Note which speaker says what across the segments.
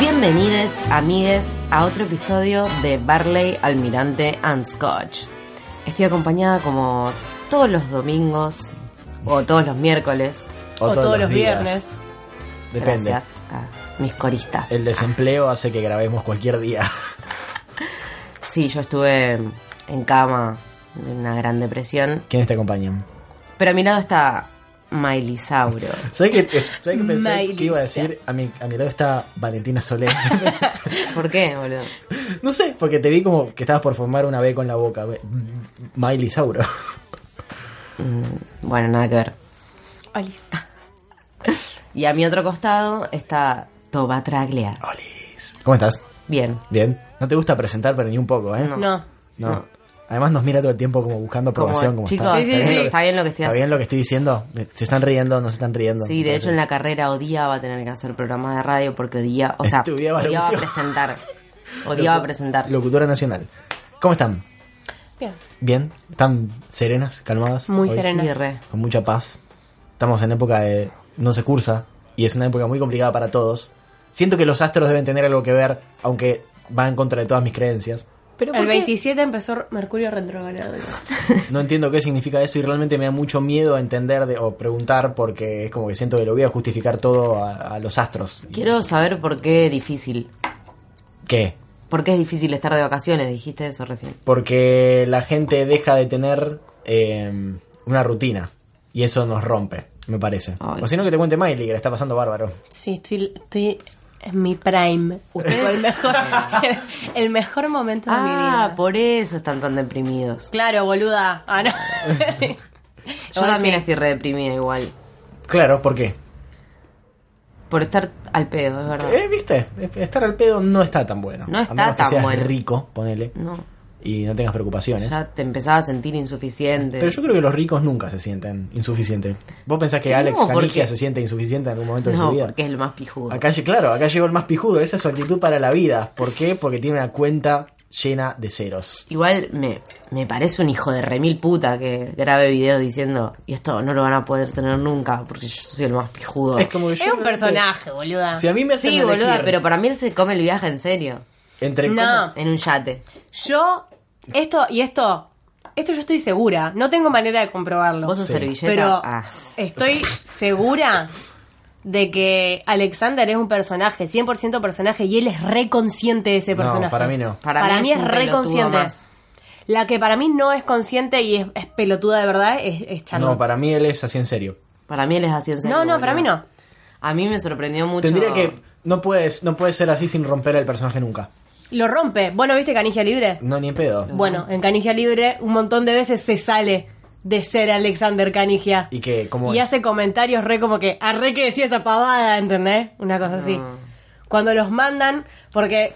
Speaker 1: Bienvenidos, amigues, a otro episodio de Barley, Almirante and Scotch. Estoy acompañada como todos los domingos o todos los miércoles.
Speaker 2: O, todos, los, días.
Speaker 3: viernes.
Speaker 2: Depende.
Speaker 1: Gracias a mis coristas.
Speaker 2: El desempleo hace que grabemos cualquier día.
Speaker 1: Sí, yo estuve en cama en una gran depresión.
Speaker 2: ¿Quiénes te acompañan?
Speaker 1: Pero a mi lado está Miley Sauro.
Speaker 2: ¿Sabes que, sabés que pensé que
Speaker 3: Mailista.
Speaker 2: iba a decir? A mi, a mi lado está Valentina Solé.
Speaker 1: ¿Por qué, boludo?
Speaker 2: no sé, porque te vi como que estabas por formar una B con la boca. Miley Sauro.
Speaker 1: Bueno, nada que ver.
Speaker 3: Olis.
Speaker 1: Y a mi otro costado está Toba Traglia.
Speaker 2: Olis. ¿Cómo estás?
Speaker 1: Bien.
Speaker 2: Bien. No te gusta presentar, pero ni un poco, ¿eh?
Speaker 1: No.
Speaker 3: No.
Speaker 2: No. Además nos mira todo el tiempo como buscando
Speaker 1: Como,
Speaker 2: aprobación. Como,
Speaker 1: chicos,
Speaker 2: está,
Speaker 3: Sí, sí,
Speaker 1: ¿está,
Speaker 3: sí.
Speaker 1: Bien, está bien lo que estoy
Speaker 2: ¿Está bien
Speaker 1: haciendo.
Speaker 2: lo que estoy diciendo? ¿Se están riendo? ¿No se están riendo?
Speaker 1: Sí, de hecho en la carrera odiaba tener que hacer programas de radio porque odiaba, o sea,
Speaker 2: Estudiaba la
Speaker 1: odiaba
Speaker 2: locución.
Speaker 1: presentar. Odiaba
Speaker 2: Locu-
Speaker 1: presentar.
Speaker 2: Locutora Nacional. ¿Cómo están?
Speaker 3: Bien.
Speaker 2: ¿Bien? ¿Están serenas, calmadas?
Speaker 3: Muy
Speaker 2: hoy?
Speaker 3: serena.
Speaker 1: Sí, re.
Speaker 2: Con mucha paz. Estamos en época de... No se cursa. Y es una época muy complicada para todos. Siento que los astros deben tener algo que ver, aunque va en contra de todas mis creencias.
Speaker 3: Pero el 27 empezó Mercurio retrogrado.
Speaker 2: No entiendo qué significa eso y realmente me da mucho miedo entender de- o preguntar porque es como que siento que lo voy a justificar todo a, a los astros.
Speaker 1: Quiero saber por qué es difícil.
Speaker 2: ¿Qué?
Speaker 1: ¿Por qué es difícil estar de vacaciones? Dijiste eso recién.
Speaker 2: Porque la gente deja de tener eh, una rutina. Y eso nos rompe, me parece.
Speaker 1: Ay,
Speaker 2: o si no, que te cuente Miley, que la está pasando bárbaro.
Speaker 3: Sí, estoy, estoy en mi prime. Tipo, el mejor, el mejor momento de mi
Speaker 1: Ah,
Speaker 3: vida.
Speaker 1: por eso están tan deprimidos.
Speaker 3: Claro, boluda. Ah, no. Sí.
Speaker 1: Yo
Speaker 3: Igual
Speaker 1: también
Speaker 3: sí.
Speaker 1: estoy re deprimida igual.
Speaker 2: Claro, ¿por qué?
Speaker 1: Por estar al pedo, es verdad.
Speaker 2: Eh, ¿Viste? Estar al pedo no está tan bueno.
Speaker 1: No está
Speaker 2: a menos que
Speaker 1: tan
Speaker 2: seas
Speaker 1: bueno.
Speaker 2: rico, ponele,
Speaker 1: No,
Speaker 2: y no tengas preocupaciones.
Speaker 1: ya te empezabas a sentir insuficiente.
Speaker 2: Pero yo creo que los ricos nunca se sienten insuficientes. ¿Vos pensás que
Speaker 1: No,
Speaker 2: Alex Canigia
Speaker 1: porque-
Speaker 2: se siente insuficiente en algún momento de
Speaker 1: no,
Speaker 2: su vida?
Speaker 1: porque es el más pijudo.
Speaker 2: Acá, lle- claro, acá llegó el más pijudo. Esa es su actitud para la vida. ¿Por qué? Porque tiene una cuenta llena de ceros.
Speaker 1: Igual me, me parece un hijo de remil puta que grabe videos diciendo y esto no lo van a poder tener nunca porque yo soy el más pijudo.
Speaker 2: Es como que yo
Speaker 3: Es un
Speaker 2: realmente-
Speaker 3: personaje, boluda.
Speaker 2: Si a mí me hacen
Speaker 1: Sí,
Speaker 2: elegir
Speaker 1: boluda, pero para mí él se come el viaje en serio.
Speaker 2: entre
Speaker 3: No.
Speaker 1: En un yate.
Speaker 3: Yo, esto y esto, esto yo estoy segura. No tengo manera de comprobarlo.
Speaker 1: Vos sos
Speaker 2: Sí.
Speaker 1: servilleta.
Speaker 3: Pero
Speaker 1: Ah.
Speaker 3: estoy segura de que Alexander es un personaje, 100% personaje, y él es reconsciente de ese
Speaker 2: No,
Speaker 3: personaje.
Speaker 2: para mí no.
Speaker 1: Para
Speaker 3: Para,
Speaker 1: mí
Speaker 3: mí,
Speaker 1: es
Speaker 3: es,
Speaker 1: un pelotudo
Speaker 3: reconsciente.
Speaker 1: más.
Speaker 3: La que para mí no es consciente y es, es pelotuda de verdad es, es Charlotte.
Speaker 2: No, para mí él es así en serio.
Speaker 1: Para mí él es así en serio.
Speaker 3: No, no,
Speaker 1: boluda.
Speaker 3: para mí no.
Speaker 1: A mí me sorprendió mucho.
Speaker 2: Tendría que. No puedes, no puedes ser así sin romper el personaje nunca.
Speaker 3: Lo rompe. Bueno, ¿viste Canigia Libre?
Speaker 2: No, ni en pedo.
Speaker 3: Bueno, en Canigia Libre un montón de veces se sale de ser Alexander Canigia.
Speaker 2: Y que, como.
Speaker 3: Y
Speaker 2: es?
Speaker 3: hace comentarios re como que, arre que decía esa pavada, ¿entendés? Una cosa así. Cuando los mandan, porque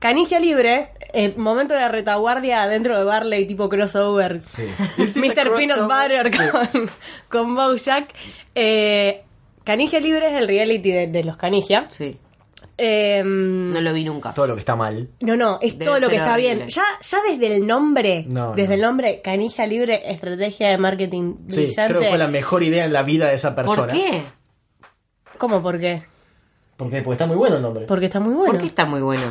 Speaker 3: Canigia Libre, eh, momento de la retaguardia dentro de Barley tipo crossover.
Speaker 2: Sí.
Speaker 3: Mr. Peanut Butter con, con Bojack. Eh, Canigia Libre es el reality de, de los Canigia.
Speaker 1: Sí.
Speaker 3: Eh,
Speaker 1: No lo vi nunca.
Speaker 2: Todo lo que está mal.
Speaker 3: no, no, es
Speaker 1: Debe
Speaker 3: todo lo que
Speaker 1: ser
Speaker 3: está
Speaker 1: horrible.
Speaker 3: bien. Ya, ya desde el nombre,
Speaker 2: No,
Speaker 3: desde
Speaker 2: no.
Speaker 3: el nombre, Canigia Libre, estrategia de marketing
Speaker 2: Sí,
Speaker 3: brillante.
Speaker 2: creo que fue la mejor idea en la vida de esa
Speaker 1: ¿Por
Speaker 2: persona.
Speaker 1: qué?
Speaker 3: ¿Cómo por qué?
Speaker 2: ¿Por qué? Porque está muy bueno el nombre.
Speaker 3: Porque está muy bueno.
Speaker 1: ¿Por qué está muy bueno?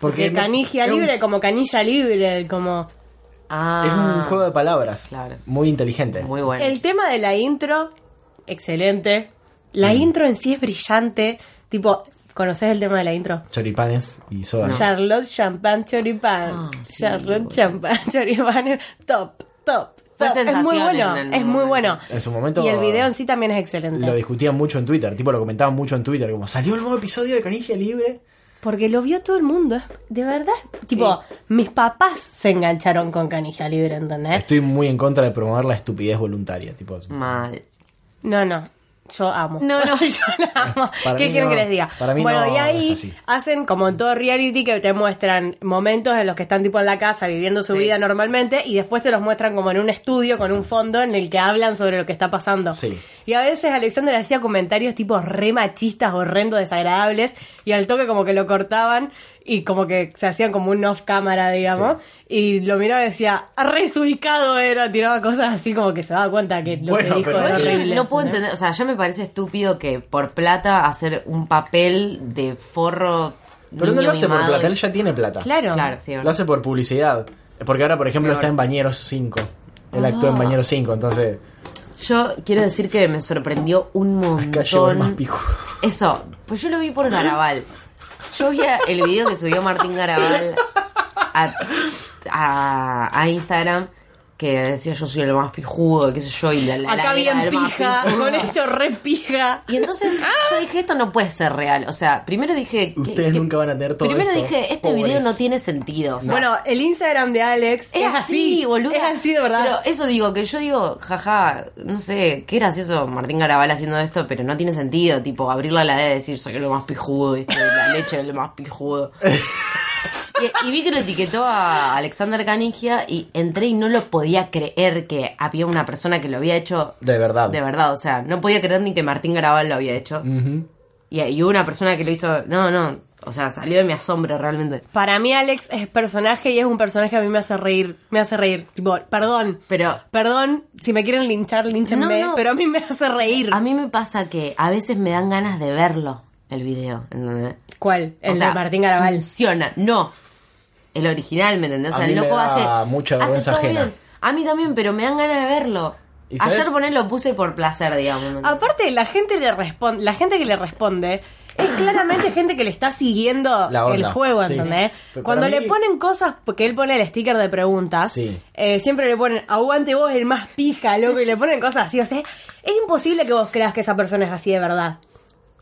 Speaker 3: Porque
Speaker 2: no-
Speaker 3: canigia
Speaker 2: es un-
Speaker 3: libre, como canilla libre, como...
Speaker 1: Ah.
Speaker 2: Es un juego de palabras.
Speaker 1: Claro.
Speaker 2: Muy inteligente.
Speaker 1: Muy bueno.
Speaker 3: El tema de la intro, excelente. La intro en sí es brillante. Tipo, ¿conoces el tema de la intro?
Speaker 2: Choripanes y soda.
Speaker 3: Charlotte Champán Choripán.
Speaker 1: Ah, sí,
Speaker 3: Charlotte
Speaker 1: boludo.
Speaker 3: Champán Choripán. Top, top.
Speaker 1: Fue
Speaker 3: top. Es muy
Speaker 1: sensación
Speaker 3: bueno,
Speaker 1: en algún
Speaker 3: es muy
Speaker 1: momento.
Speaker 3: bueno.
Speaker 2: En su momento-
Speaker 3: Y el video en sí también es excelente.
Speaker 2: Lo discutían mucho en Twitter, tipo lo comentaban mucho en Twitter, como salió el nuevo episodio de Canigia Libre.
Speaker 3: Porque lo vio todo el mundo, es- de verdad. Tipo, mis papás se engancharon con Canija Libre, ¿entendés?
Speaker 2: Estoy muy en contra de promover la estupidez voluntaria, tipo
Speaker 1: Mm. Mal.
Speaker 3: No, no. Yo amo.
Speaker 1: No, no.
Speaker 3: yo la amo.
Speaker 2: Para
Speaker 3: ¿Qué
Speaker 2: mí no.
Speaker 3: quieren que les diga?
Speaker 2: Para mí
Speaker 3: bueno,
Speaker 2: no
Speaker 3: y
Speaker 2: es
Speaker 3: ahí
Speaker 2: así.
Speaker 3: hacen como en todo reality que te muestran momentos en los que están tipo en la casa viviendo su
Speaker 1: Sí.
Speaker 3: vida normalmente y después te los muestran como en un estudio con un fondo en el que hablan sobre lo que está pasando.
Speaker 2: Sí.
Speaker 3: Y a veces Alexander hacía comentarios tipo re machistas, horrendos, desagradables y al toque como que lo cortaban y como que se hacían como un off cámara, digamos. Y lo miraba y decía, resubicado era, tiraba cosas así como que se daba cuenta que lo
Speaker 2: Bueno,
Speaker 3: que dijo
Speaker 2: pero
Speaker 3: era
Speaker 1: Igual yo
Speaker 3: horrible.
Speaker 1: no puedo
Speaker 3: ¿entendés?
Speaker 1: entender, o sea, ya me parece estúpido que por plata hacer un papel de forro.
Speaker 2: Pero no
Speaker 1: niño
Speaker 2: lo hace por
Speaker 1: mimado
Speaker 2: plata,
Speaker 1: y-
Speaker 2: él ya tiene plata.
Speaker 3: Claro.
Speaker 1: Claro, sí,
Speaker 2: Lo
Speaker 1: verdad.
Speaker 2: hace por publicidad. Porque ahora, por ejemplo,
Speaker 1: Peor.
Speaker 2: está en Bañeros 5. Él actúa en Bañeros 5, entonces.
Speaker 1: Yo quiero decir que me sorprendió un
Speaker 2: Acá llegó el más
Speaker 1: montón.
Speaker 2: pijo.
Speaker 1: Eso, pues yo lo vi por Garabal. Yo vi a- el video que subió Martín Garabal a, a, a Instagram que decía yo soy el más pijudo, qué sé yo, y la, la
Speaker 3: Acá
Speaker 1: heladera
Speaker 3: bien
Speaker 1: del más
Speaker 3: pija,
Speaker 1: pijudo.
Speaker 3: con esto re pija.
Speaker 1: Y entonces yo dije, esto no puede ser real. O sea, primero dije... que-
Speaker 2: Ustedes
Speaker 1: que-
Speaker 2: nunca van a tener todo
Speaker 1: Primero
Speaker 2: esto,
Speaker 1: dije, este
Speaker 2: pobres.
Speaker 1: video no tiene sentido. O sea,
Speaker 3: Bueno, el Instagram de Alex
Speaker 1: es así, boludo.
Speaker 3: Es así, de verdad.
Speaker 1: Pero eso digo, que yo digo, jaja, no sé, qué gracioso Martín Garabal haciendo esto, pero no tiene sentido, tipo, abrir la heladera y decir, soy lo más pijudo, ¿viste? la leche es lo más pijudo. Y, y vi que lo etiquetó a Alexander Canigia y entré y no lo podía creer que había una persona que lo había hecho
Speaker 2: De verdad.
Speaker 1: de verdad. O sea, no podía creer ni que Martín Garabal lo había hecho. Y, y hubo una persona que lo hizo, no, no, o sea, salió de mi asombro realmente.
Speaker 3: Para mí Alex es personaje y es un personaje que a mí me hace reír. Me hace reír. Tipo, perdón.
Speaker 1: Pero
Speaker 3: Perdón, si me quieren linchar, linchenme,
Speaker 1: No, no.
Speaker 3: pero a mí me hace reír.
Speaker 1: A mí me pasa que a veces me dan ganas de verlo, el video. ¿entendés?
Speaker 3: ¿Cuál? El
Speaker 1: O sea,
Speaker 3: de Martín Garabal.
Speaker 1: Funciona, no. El original, ¿me entendés? O
Speaker 2: A
Speaker 1: sea,
Speaker 2: mí
Speaker 1: el
Speaker 2: me
Speaker 1: loco
Speaker 2: da
Speaker 1: hace.
Speaker 2: mucha
Speaker 1: hace
Speaker 2: vergüenza
Speaker 1: todo
Speaker 2: ajena.
Speaker 1: bien. A mí también, pero me dan ganas de verlo.
Speaker 2: ¿Y sabes?
Speaker 1: Ayer poner lo puse por placer, digamos. ¿me entendés?
Speaker 3: Aparte, la gente le responde, la gente que le responde es claramente gente que le está siguiendo
Speaker 2: La onda,
Speaker 3: el juego,
Speaker 2: sí.
Speaker 3: ¿entendés?
Speaker 2: Pero
Speaker 3: Cuando
Speaker 2: para
Speaker 3: le
Speaker 2: mí-
Speaker 3: ponen cosas, porque él pone el sticker de preguntas,
Speaker 2: Sí.
Speaker 3: eh, siempre le ponen, aguante vos el más pija, loco, y le ponen cosas así, o sea, es imposible que vos creas que esa persona es así de verdad.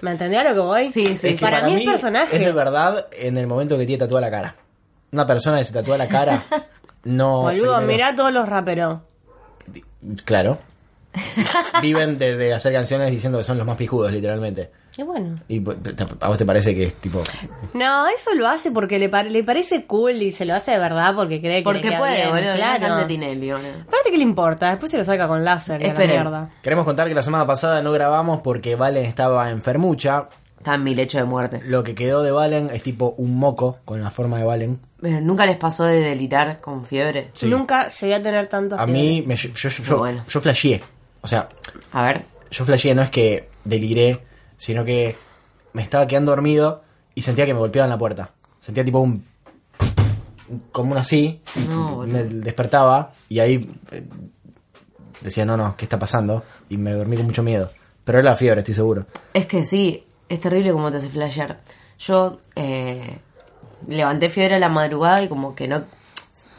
Speaker 3: ¿Me entendés a lo que voy?
Speaker 1: Sí, sí,
Speaker 2: Es que
Speaker 1: sí.
Speaker 3: para, mí es personaje.
Speaker 2: Es de verdad en el momento que tiene tatuada la cara. Una persona que se tatúa la cara. No.
Speaker 3: Boludo,
Speaker 2: primero-
Speaker 3: mirá todos los raperos.
Speaker 2: Claro. Viven de, de hacer canciones diciendo que son los más pijudos, literalmente.
Speaker 3: Y bueno.
Speaker 2: Y p- te- a vos te parece que es tipo.
Speaker 3: No, eso lo hace porque le, par- le parece cool y se lo hace de verdad porque cree que le
Speaker 1: Porque
Speaker 3: queda
Speaker 1: puede,
Speaker 3: bien,
Speaker 1: boludo.
Speaker 3: claro.
Speaker 1: Claro. Tinelli, boludo.
Speaker 3: Aparte, ¿qué le importa? Después se lo saca con láser. y a la
Speaker 1: Esperen.
Speaker 3: mierda.
Speaker 2: Queremos contar que la semana pasada no grabamos porque Valen estaba enfermucha.
Speaker 1: Está en mi lecho de muerte.
Speaker 2: Lo que quedó de Valen es tipo un moco con la forma de Valen.
Speaker 1: Pero nunca les pasó de delirar con fiebre.
Speaker 2: Sí.
Speaker 3: Nunca llegué a tener tantos.
Speaker 2: A
Speaker 3: fiebres.
Speaker 2: mí, me- yo, yo, yo-
Speaker 1: Bueno.
Speaker 2: yo flasheé. O sea,
Speaker 1: A ver.
Speaker 2: yo flasheé, no es que deliré, sino que me estaba quedando dormido y sentía que me golpeaban la puerta. Sentía tipo un. como un así. y
Speaker 1: No, boludo.
Speaker 2: me despertaba y ahí eh, decía, no, no, ¿qué está pasando? Y me dormí con mucho miedo. Pero era la fiebre, estoy seguro.
Speaker 1: Es que sí, es terrible como te hace flashear. Yo eh, levanté fiebre a la madrugada y como que no...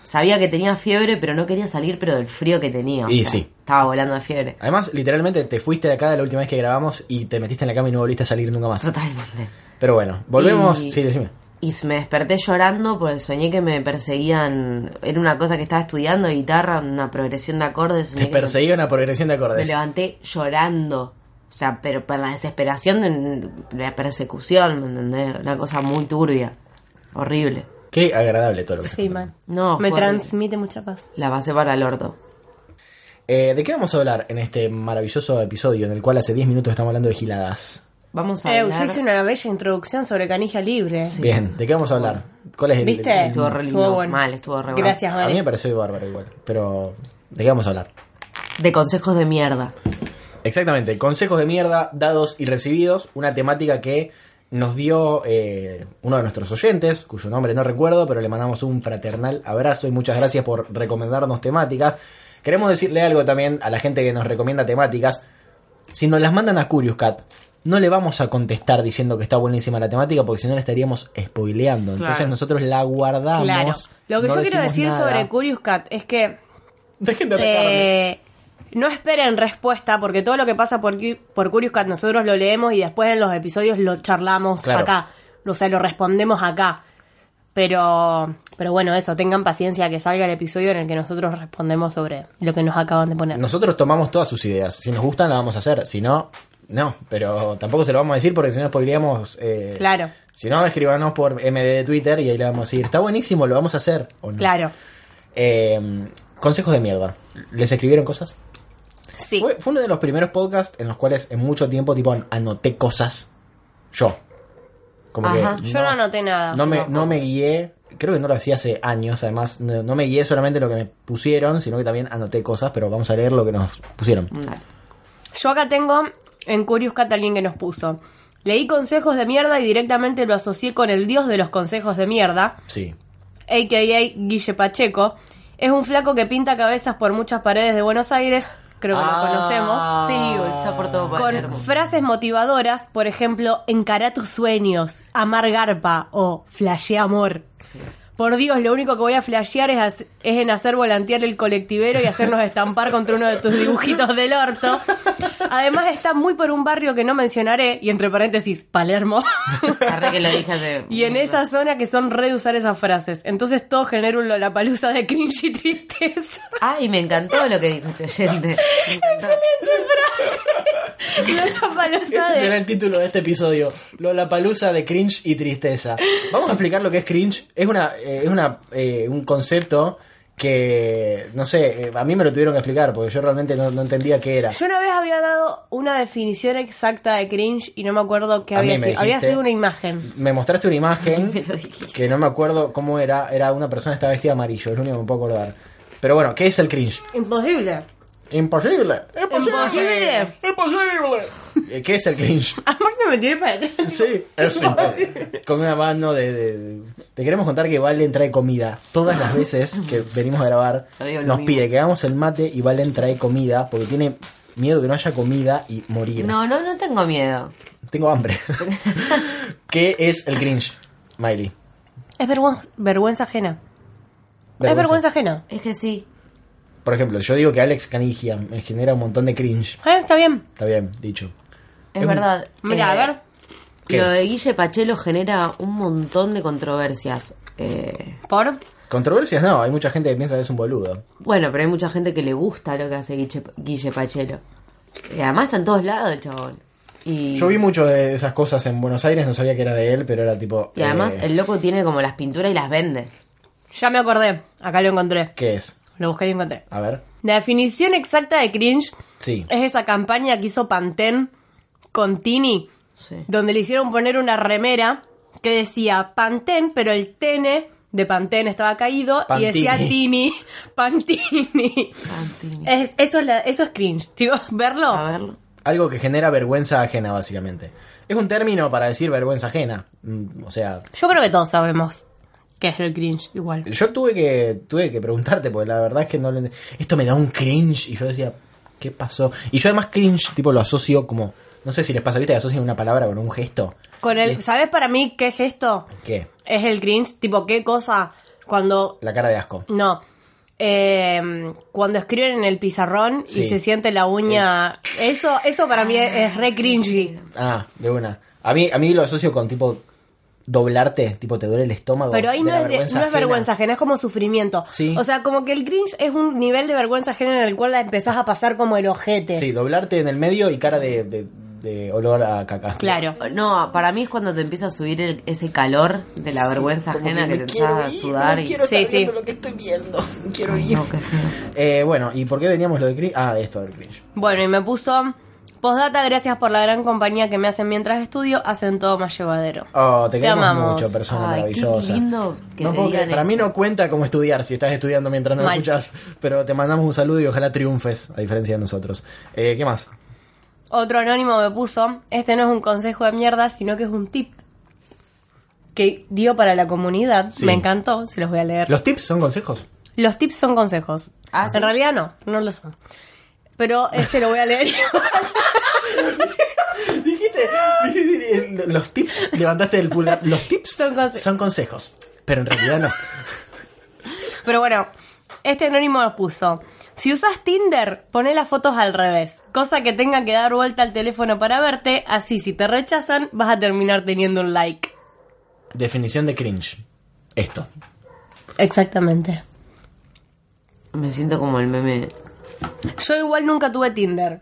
Speaker 1: Sabía que tenía fiebre, pero no quería salir, pero del frío que tenía. o
Speaker 2: Y
Speaker 1: sea,
Speaker 2: sí.
Speaker 1: Estaba volando de fiebre.
Speaker 2: Además, literalmente te fuiste de acá de la última vez que grabamos y te metiste en la cama y no volviste a salir nunca más.
Speaker 1: Totalmente.
Speaker 2: Pero bueno, volvemos.
Speaker 1: Y-
Speaker 2: Sí, decime.
Speaker 1: Y s- me desperté llorando porque soñé que me perseguían... Era una cosa que estaba estudiando, guitarra, una progresión de acordes. soñé
Speaker 2: Te
Speaker 1: que me-
Speaker 2: perseguía una progresión de
Speaker 1: Me
Speaker 2: acordes.
Speaker 1: levanté llorando. O sea, pero por la desesperación de de la persecución, ¿me entendés? Una cosa muy turbia. Horrible.
Speaker 2: Qué agradable todo lo que
Speaker 3: Sí, man.
Speaker 1: No,
Speaker 3: me
Speaker 1: fue-
Speaker 3: transmite mucha paz.
Speaker 1: La pasé para el orto.
Speaker 2: Eh, ¿De qué vamos a hablar en este maravilloso episodio en el cual hace 10 minutos estamos hablando de giladas?
Speaker 1: Vamos a
Speaker 3: Eh,
Speaker 1: hablar.
Speaker 3: yo hice una bella introducción sobre canija libre.
Speaker 2: Bien, ¿de qué vamos a hablar? ¿Cuál es el
Speaker 3: ¿Viste?
Speaker 1: Estuvo re lindo.
Speaker 3: Estuvo bueno.
Speaker 1: Mal, estuvo re bueno.
Speaker 3: Gracias,
Speaker 2: A mí me
Speaker 3: Vale.
Speaker 2: pareció bárbaro igual, pero ¿de qué vamos a hablar?
Speaker 1: De consejos de mierda.
Speaker 2: Exactamente, consejos de mierda dados y recibidos, una temática que nos dio eh, uno de nuestros oyentes, cuyo nombre no recuerdo, pero le mandamos un fraternal abrazo y muchas gracias por recomendarnos temáticas. Queremos decirle algo también a la gente que nos recomienda temáticas. Si nos las mandan a Curious Cat, no le vamos a contestar diciendo que está buenísima la temática porque si no la estaríamos spoileando. Entonces
Speaker 1: Claro.
Speaker 2: nosotros la guardamos.
Speaker 3: Claro. Lo que
Speaker 2: no
Speaker 3: yo quiero
Speaker 2: decimos
Speaker 3: decir
Speaker 2: nada.
Speaker 3: sobre Curious Cat es que
Speaker 2: Dejen de atacarme.
Speaker 3: eh, no esperen respuesta porque todo lo que pasa por, Cu- por Curious Cat nosotros lo leemos y después en los episodios lo charlamos
Speaker 2: Claro.
Speaker 3: acá. O sea, lo respondemos acá. Pero, pero bueno, eso, tengan paciencia que salga el episodio en el que nosotros respondemos sobre lo que nos acaban de poner.
Speaker 2: Nosotros tomamos todas sus ideas. Si nos gustan, la vamos a hacer. Si no, no. Pero tampoco se lo vamos a decir porque si no, spoileamos. eh,
Speaker 3: Claro.
Speaker 2: Si no, escribanos por MD de Twitter y ahí le vamos a decir, está buenísimo, lo vamos a hacer. ¿o no?
Speaker 3: Claro.
Speaker 2: Eh, consejos de mierda. ¿Les escribieron cosas?
Speaker 3: Sí.
Speaker 2: Fue, fue uno de los primeros podcasts en los cuales en mucho tiempo, tipo, an- anoté cosas. Yo. Como
Speaker 1: Ajá.
Speaker 2: que
Speaker 3: Yo no anoté nada.
Speaker 2: No me,
Speaker 3: No.
Speaker 2: no me guié, creo que no lo hacía hace años, además, no, no me guié solamente en lo que me pusieron, sino que también anoté cosas, pero vamos a leer lo que nos pusieron.
Speaker 3: Yo acá tengo en Curious Cat alguien que nos puso. Leí consejos de mierda y directamente lo asocié con el dios de los consejos de mierda,
Speaker 2: Sí.
Speaker 3: a.k.a. Guille Pacheco. Es un flaco que pinta cabezas por muchas paredes de Buenos Aires, creo que lo conocemos.
Speaker 1: Sí, está por todo
Speaker 3: Con frases motivadoras, por ejemplo, encará tus sueños, amar garpa o flashea amor. Por Dios, lo único que voy a flashear es, hac- es en hacer volantear el colectivero y hacernos estampar contra uno de tus dibujitos del orto. Además, está muy por un barrio que no mencionaré, y entre paréntesis, Palermo.
Speaker 1: Arre que lo dije hace-
Speaker 3: Y en esa zona que son re de usar esas frases. Entonces todo genera un lollapalooza de cringe y tristeza.
Speaker 1: Ay, me encantó lo que dijo este oyente. Me encantó.
Speaker 3: Lollapalooza
Speaker 2: Ese será
Speaker 3: de...
Speaker 2: el título de este episodio. La palusa de cringe y tristeza. Vamos a explicar lo que es cringe. Es una, eh, es una, eh, un concepto que, no sé, eh, a mí me lo tuvieron que explicar porque yo realmente no, no entendía qué era.
Speaker 3: Yo una vez había dado una definición exacta de cringe y no me acuerdo qué
Speaker 2: A mí
Speaker 3: había
Speaker 2: me
Speaker 3: sido. Había
Speaker 2: dijiste-
Speaker 3: sido una imagen.
Speaker 2: Me mostraste una imagen
Speaker 1: Me lo dijiste.
Speaker 2: que no me acuerdo cómo era. Era una persona que estaba vestida de amarillo, es lo único que me puedo acordar. Pero bueno, ¿qué es el cringe?
Speaker 3: Imposible.
Speaker 2: Imposible.
Speaker 3: Imposible.
Speaker 2: Imposible. Eh, ¿Qué es el cringe?
Speaker 3: Amor, se me tiré para atrás.
Speaker 2: Sí, es simple. Con una mano de, de- de- Te queremos contar que Valen trae comida. Todas las veces que venimos a grabar,
Speaker 1: Traigo lo
Speaker 2: nos
Speaker 1: mismo.
Speaker 2: pide que hagamos el mate y Valen trae comida porque tiene miedo que no haya comida y morir.
Speaker 1: No, no, no tengo miedo.
Speaker 2: Tengo hambre. ¿Qué es el cringe, Miley?
Speaker 3: Es vergüenza, vergüenza ajena. Es vergüenza ajena.
Speaker 1: Es que sí.
Speaker 2: Por ejemplo, yo digo que Alex Canigia me genera un montón de cringe.
Speaker 3: Ah, está bien.
Speaker 2: Está bien, dicho.
Speaker 1: Es,
Speaker 2: Es un-
Speaker 1: verdad.
Speaker 3: Mira,
Speaker 1: Eh,
Speaker 3: a ver.
Speaker 2: ¿Qué?
Speaker 1: Lo de Guille Pachelo genera un montón de controversias. Eh,
Speaker 3: Por.
Speaker 2: Controversias no, hay mucha gente que piensa que es un boludo.
Speaker 1: bueno, pero hay mucha gente que le gusta lo que hace Guille, Guille Pachelo. Y además está en todos lados el chabón. Y,
Speaker 2: Yo vi mucho de esas cosas en Buenos Aires, no sabía que era de él, pero era tipo...
Speaker 1: y además
Speaker 2: eh,
Speaker 1: el loco tiene como las pinturas y las vende.
Speaker 3: Ya me acordé. Acá lo encontré.
Speaker 2: ¿Qué es?
Speaker 3: Lo busqué y lo encontré.
Speaker 2: A ver.
Speaker 3: La definición exacta de cringe
Speaker 2: Sí.
Speaker 3: es esa campaña que hizo Pantene con Tini,
Speaker 1: Sí.
Speaker 3: donde le hicieron poner una remera que decía Pantene, pero el tene de Pantene estaba caído
Speaker 2: Pantini.
Speaker 3: y decía Tini, Pantini.
Speaker 1: Pantini.
Speaker 3: Es- eso, es la- eso es cringe, chicos,
Speaker 1: A
Speaker 3: verlo.
Speaker 1: verlo.
Speaker 2: Algo que genera vergüenza ajena, básicamente. Es un término para decir vergüenza ajena. Mm, O sea,
Speaker 3: Yo creo que todos sabemos qué es el cringe, igual.
Speaker 2: yo tuve que, tuve que preguntarte, porque la verdad es que no le... Esto me da un cringe. Y yo decía, ¿qué pasó? Y yo además cringe, tipo, lo asocio como... No sé si les pasa, ¿viste? Que asocian una palabra con un gesto.
Speaker 3: Con el, ¿Sabes para mí qué gesto
Speaker 2: ¿Qué?
Speaker 3: es el cringe? Tipo, ¿qué cosa cuando
Speaker 2: La cara de asco.
Speaker 3: No. Eh, cuando escriben en el pizarrón
Speaker 2: Sí. Eh.
Speaker 3: y se siente la uña. Eso, eso para mí es, es re cringy.
Speaker 2: Ah, de una. A mí, a mí lo asocio con tipo doblarte, tipo te duele el estómago.
Speaker 3: Pero ahí
Speaker 2: de
Speaker 3: no
Speaker 2: la
Speaker 3: es, de- no es
Speaker 2: ajena.
Speaker 3: vergüenza ajena, es como sufrimiento.
Speaker 2: Sí.
Speaker 3: O sea, como que el cringe es un nivel de vergüenza ajena en el cual la empezás a pasar como el ojete.
Speaker 2: Sí, doblarte en el medio y cara de, de- de olor a caca.
Speaker 3: Claro.
Speaker 1: No, para mí es cuando te empieza a subir el- ese calor de la vergüenza ajena que, te empieza a sudar. y...
Speaker 3: estar Sí, sí. viendo
Speaker 2: lo que estoy viendo. Quiero ir.
Speaker 1: No, qué feo.
Speaker 2: Eh, bueno, ¿y por qué veníamos lo de cringe? Ah, esto del cringe.
Speaker 3: Bueno, y me puso. Postdata, gracias por la gran compañía que me hacen mientras estudio, hacen todo más llevadero.
Speaker 2: Oh, te,
Speaker 3: Te
Speaker 2: queremos
Speaker 3: amamos.
Speaker 2: mucho, persona
Speaker 1: Ay, qué
Speaker 2: maravillosa.
Speaker 1: lindo que
Speaker 2: No
Speaker 1: te
Speaker 2: puedo
Speaker 1: digan
Speaker 2: creer, para mí
Speaker 1: eso.
Speaker 2: no cuenta como estudiar si estás estudiando mientras no lo
Speaker 3: Mal.
Speaker 2: escuchas, pero te mandamos un saludo y ojalá triunfes, a diferencia de nosotros. Eh, ¿Qué más?
Speaker 3: Otro anónimo me puso, este no es un consejo de mierda, sino que es un tip que dio para la comunidad.
Speaker 2: Sí.
Speaker 3: Me encantó, se los voy a leer. Los,
Speaker 2: ¿Los tips son consejos?
Speaker 3: tips son consejos.
Speaker 1: Ah,
Speaker 3: en
Speaker 1: ¿sí?
Speaker 3: realidad no, no lo son. Pero este lo voy a leer.
Speaker 2: Dijiste, Exacto, los tips, levantaste el pulgar. Los tips
Speaker 3: Son conse-
Speaker 2: son consejos, pero en realidad no.
Speaker 3: Pero bueno, este anónimo nos puso. Si usas Tinder, poné las fotos al revés, cosa que tenga que dar vuelta al teléfono para verte, así si te rechazan vas a terminar teniendo un like.
Speaker 2: Definición de cringe. Esto.
Speaker 3: Exactamente.
Speaker 1: Me siento como el meme.
Speaker 3: Yo igual nunca tuve Tinder.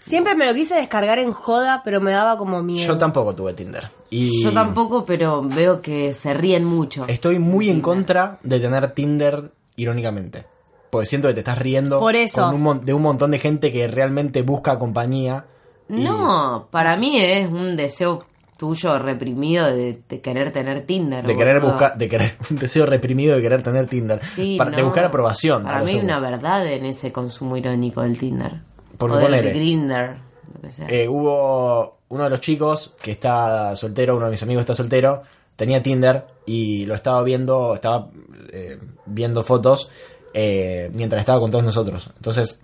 Speaker 3: Siempre me lo quise descargar en joda, pero me daba como miedo.
Speaker 2: Yo tampoco tuve Tinder. Y
Speaker 1: Yo tampoco, pero veo que se ríen mucho.
Speaker 2: Estoy muy en contra de tener Tinder irónicamente. Porque siento que te estás riendo
Speaker 3: Por eso.
Speaker 2: con un mon- de un montón de gente que realmente busca compañía. y-
Speaker 1: No, para mí es un deseo tuyo reprimido de, de querer tener Tinder.
Speaker 2: De querer
Speaker 1: Mm, boludo.
Speaker 2: buscar, de querer, un deseo reprimido de querer tener Tinder.
Speaker 1: Sí,
Speaker 2: para, De
Speaker 1: no.
Speaker 2: buscar aprobación. a
Speaker 1: Para
Speaker 2: lo
Speaker 1: mí hay
Speaker 2: seguro.
Speaker 1: una verdad en ese consumo irónico del Tinder.
Speaker 2: Porque
Speaker 1: o del
Speaker 2: ponele.
Speaker 1: Grindr, lo que sea.
Speaker 2: Eh, hubo uno de los chicos que está soltero, uno de mis amigos está soltero, tenía Tinder y lo estaba viendo, estaba eh, viendo fotos eh, mientras estaba con todos nosotros. Entonces,